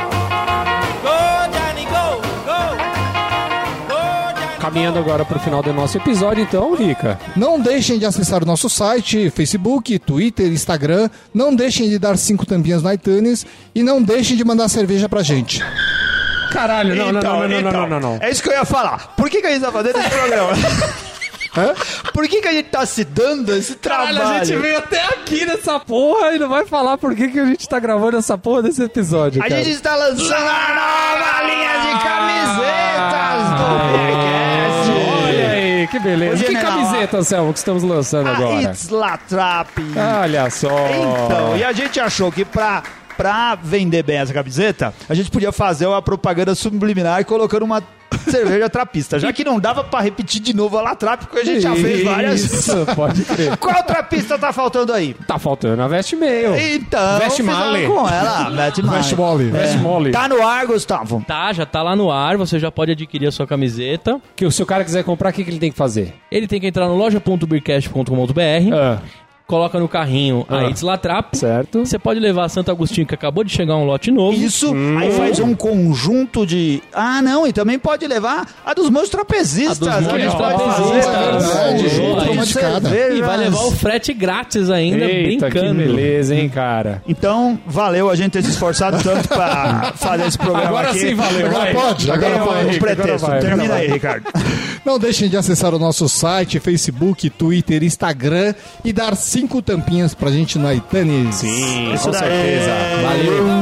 Speaker 5: Go, Johnny, go, go. Go, Johnny,
Speaker 4: Caminhando agora pro final do nosso episódio, então, Rica.
Speaker 1: Não deixem de acessar o nosso site, Facebook, Twitter, Instagram. Não deixem de dar cinco tampinhas no iTunes. E não deixem de mandar cerveja pra gente.
Speaker 4: Caralho, não,
Speaker 2: Então,
Speaker 4: não, não, não,
Speaker 2: então,
Speaker 4: não, não, não, não.
Speaker 2: É isso que eu ia falar. Por que, que a gente tá fazendo esse
Speaker 4: [LAUGHS]
Speaker 2: programa? Por que, que a gente tá se dando esse trabalho?
Speaker 4: veio até aqui nessa porra e não vai falar por que, que a gente tá gravando essa porra desse episódio,
Speaker 2: A gente está lançando a nova linha de camisetas do
Speaker 4: Ah, Olha
Speaker 2: podcast.
Speaker 4: aí, que beleza.
Speaker 2: Hoje
Speaker 4: Que
Speaker 2: é na
Speaker 4: camiseta, Anselmo, que estamos lançando
Speaker 2: A
Speaker 4: agora?
Speaker 2: Ah,
Speaker 4: Ah.
Speaker 2: It's La Trap.
Speaker 4: Olha só.
Speaker 2: Então, e a gente achou que pra, pra vender bem essa camiseta, a gente podia fazer uma propaganda subliminar colocando uma cerveja [LAUGHS] trapista. Já que não dava pra repetir de novo a La Trap, porque a gente já fez várias.
Speaker 4: Isso, pode crer.
Speaker 2: Qual trapista tá faltando aí?
Speaker 4: Tá faltando a veste meio.
Speaker 2: Então,
Speaker 4: Veste
Speaker 2: fizeram
Speaker 4: Marley.
Speaker 2: com ela, Veste
Speaker 1: Fast
Speaker 2: Marley.
Speaker 1: mole.
Speaker 4: Veste mole.
Speaker 2: Tá no ar, Gustavo.
Speaker 3: Tá, já tá lá no ar, você já pode adquirir a sua camiseta.
Speaker 4: Que se o cara quiser comprar, o que, que ele tem que fazer?
Speaker 3: Ele tem que entrar no loja.beercast.com.br, coloca no carrinho a
Speaker 4: Ah.
Speaker 3: It's Latrap.
Speaker 4: É. certo.
Speaker 3: Você pode levar a Santo Agostinho, que acabou de chegar um lote novo.
Speaker 2: Isso, aí faz um conjunto de. Ah, não, e também pode levar a dos meus trapezistas.
Speaker 3: A dos monstros
Speaker 2: gente pode
Speaker 3: trapezistas.
Speaker 2: fazer
Speaker 1: Verdade,
Speaker 2: um
Speaker 1: junto,
Speaker 2: conjunto
Speaker 1: toma
Speaker 2: de
Speaker 1: de cada.
Speaker 2: cervejas.
Speaker 3: E vai levar o frete grátis ainda,
Speaker 4: Eita, que
Speaker 3: brincando.
Speaker 4: beleza, hein, cara.
Speaker 2: Então, valeu a gente ter se esforçado tanto pra fazer esse programa aqui.
Speaker 1: Agora pode, agora
Speaker 2: Agora
Speaker 1: pode.
Speaker 2: o pretexto.
Speaker 4: vai,
Speaker 2: Termina aí, Ricardo.
Speaker 1: Não deixem de acessar o nosso site, Facebook, Twitter, Instagram e dar cinco tampinhas pra gente no iTunes. Sim.
Speaker 2: Isso daí.
Speaker 3: Valeu.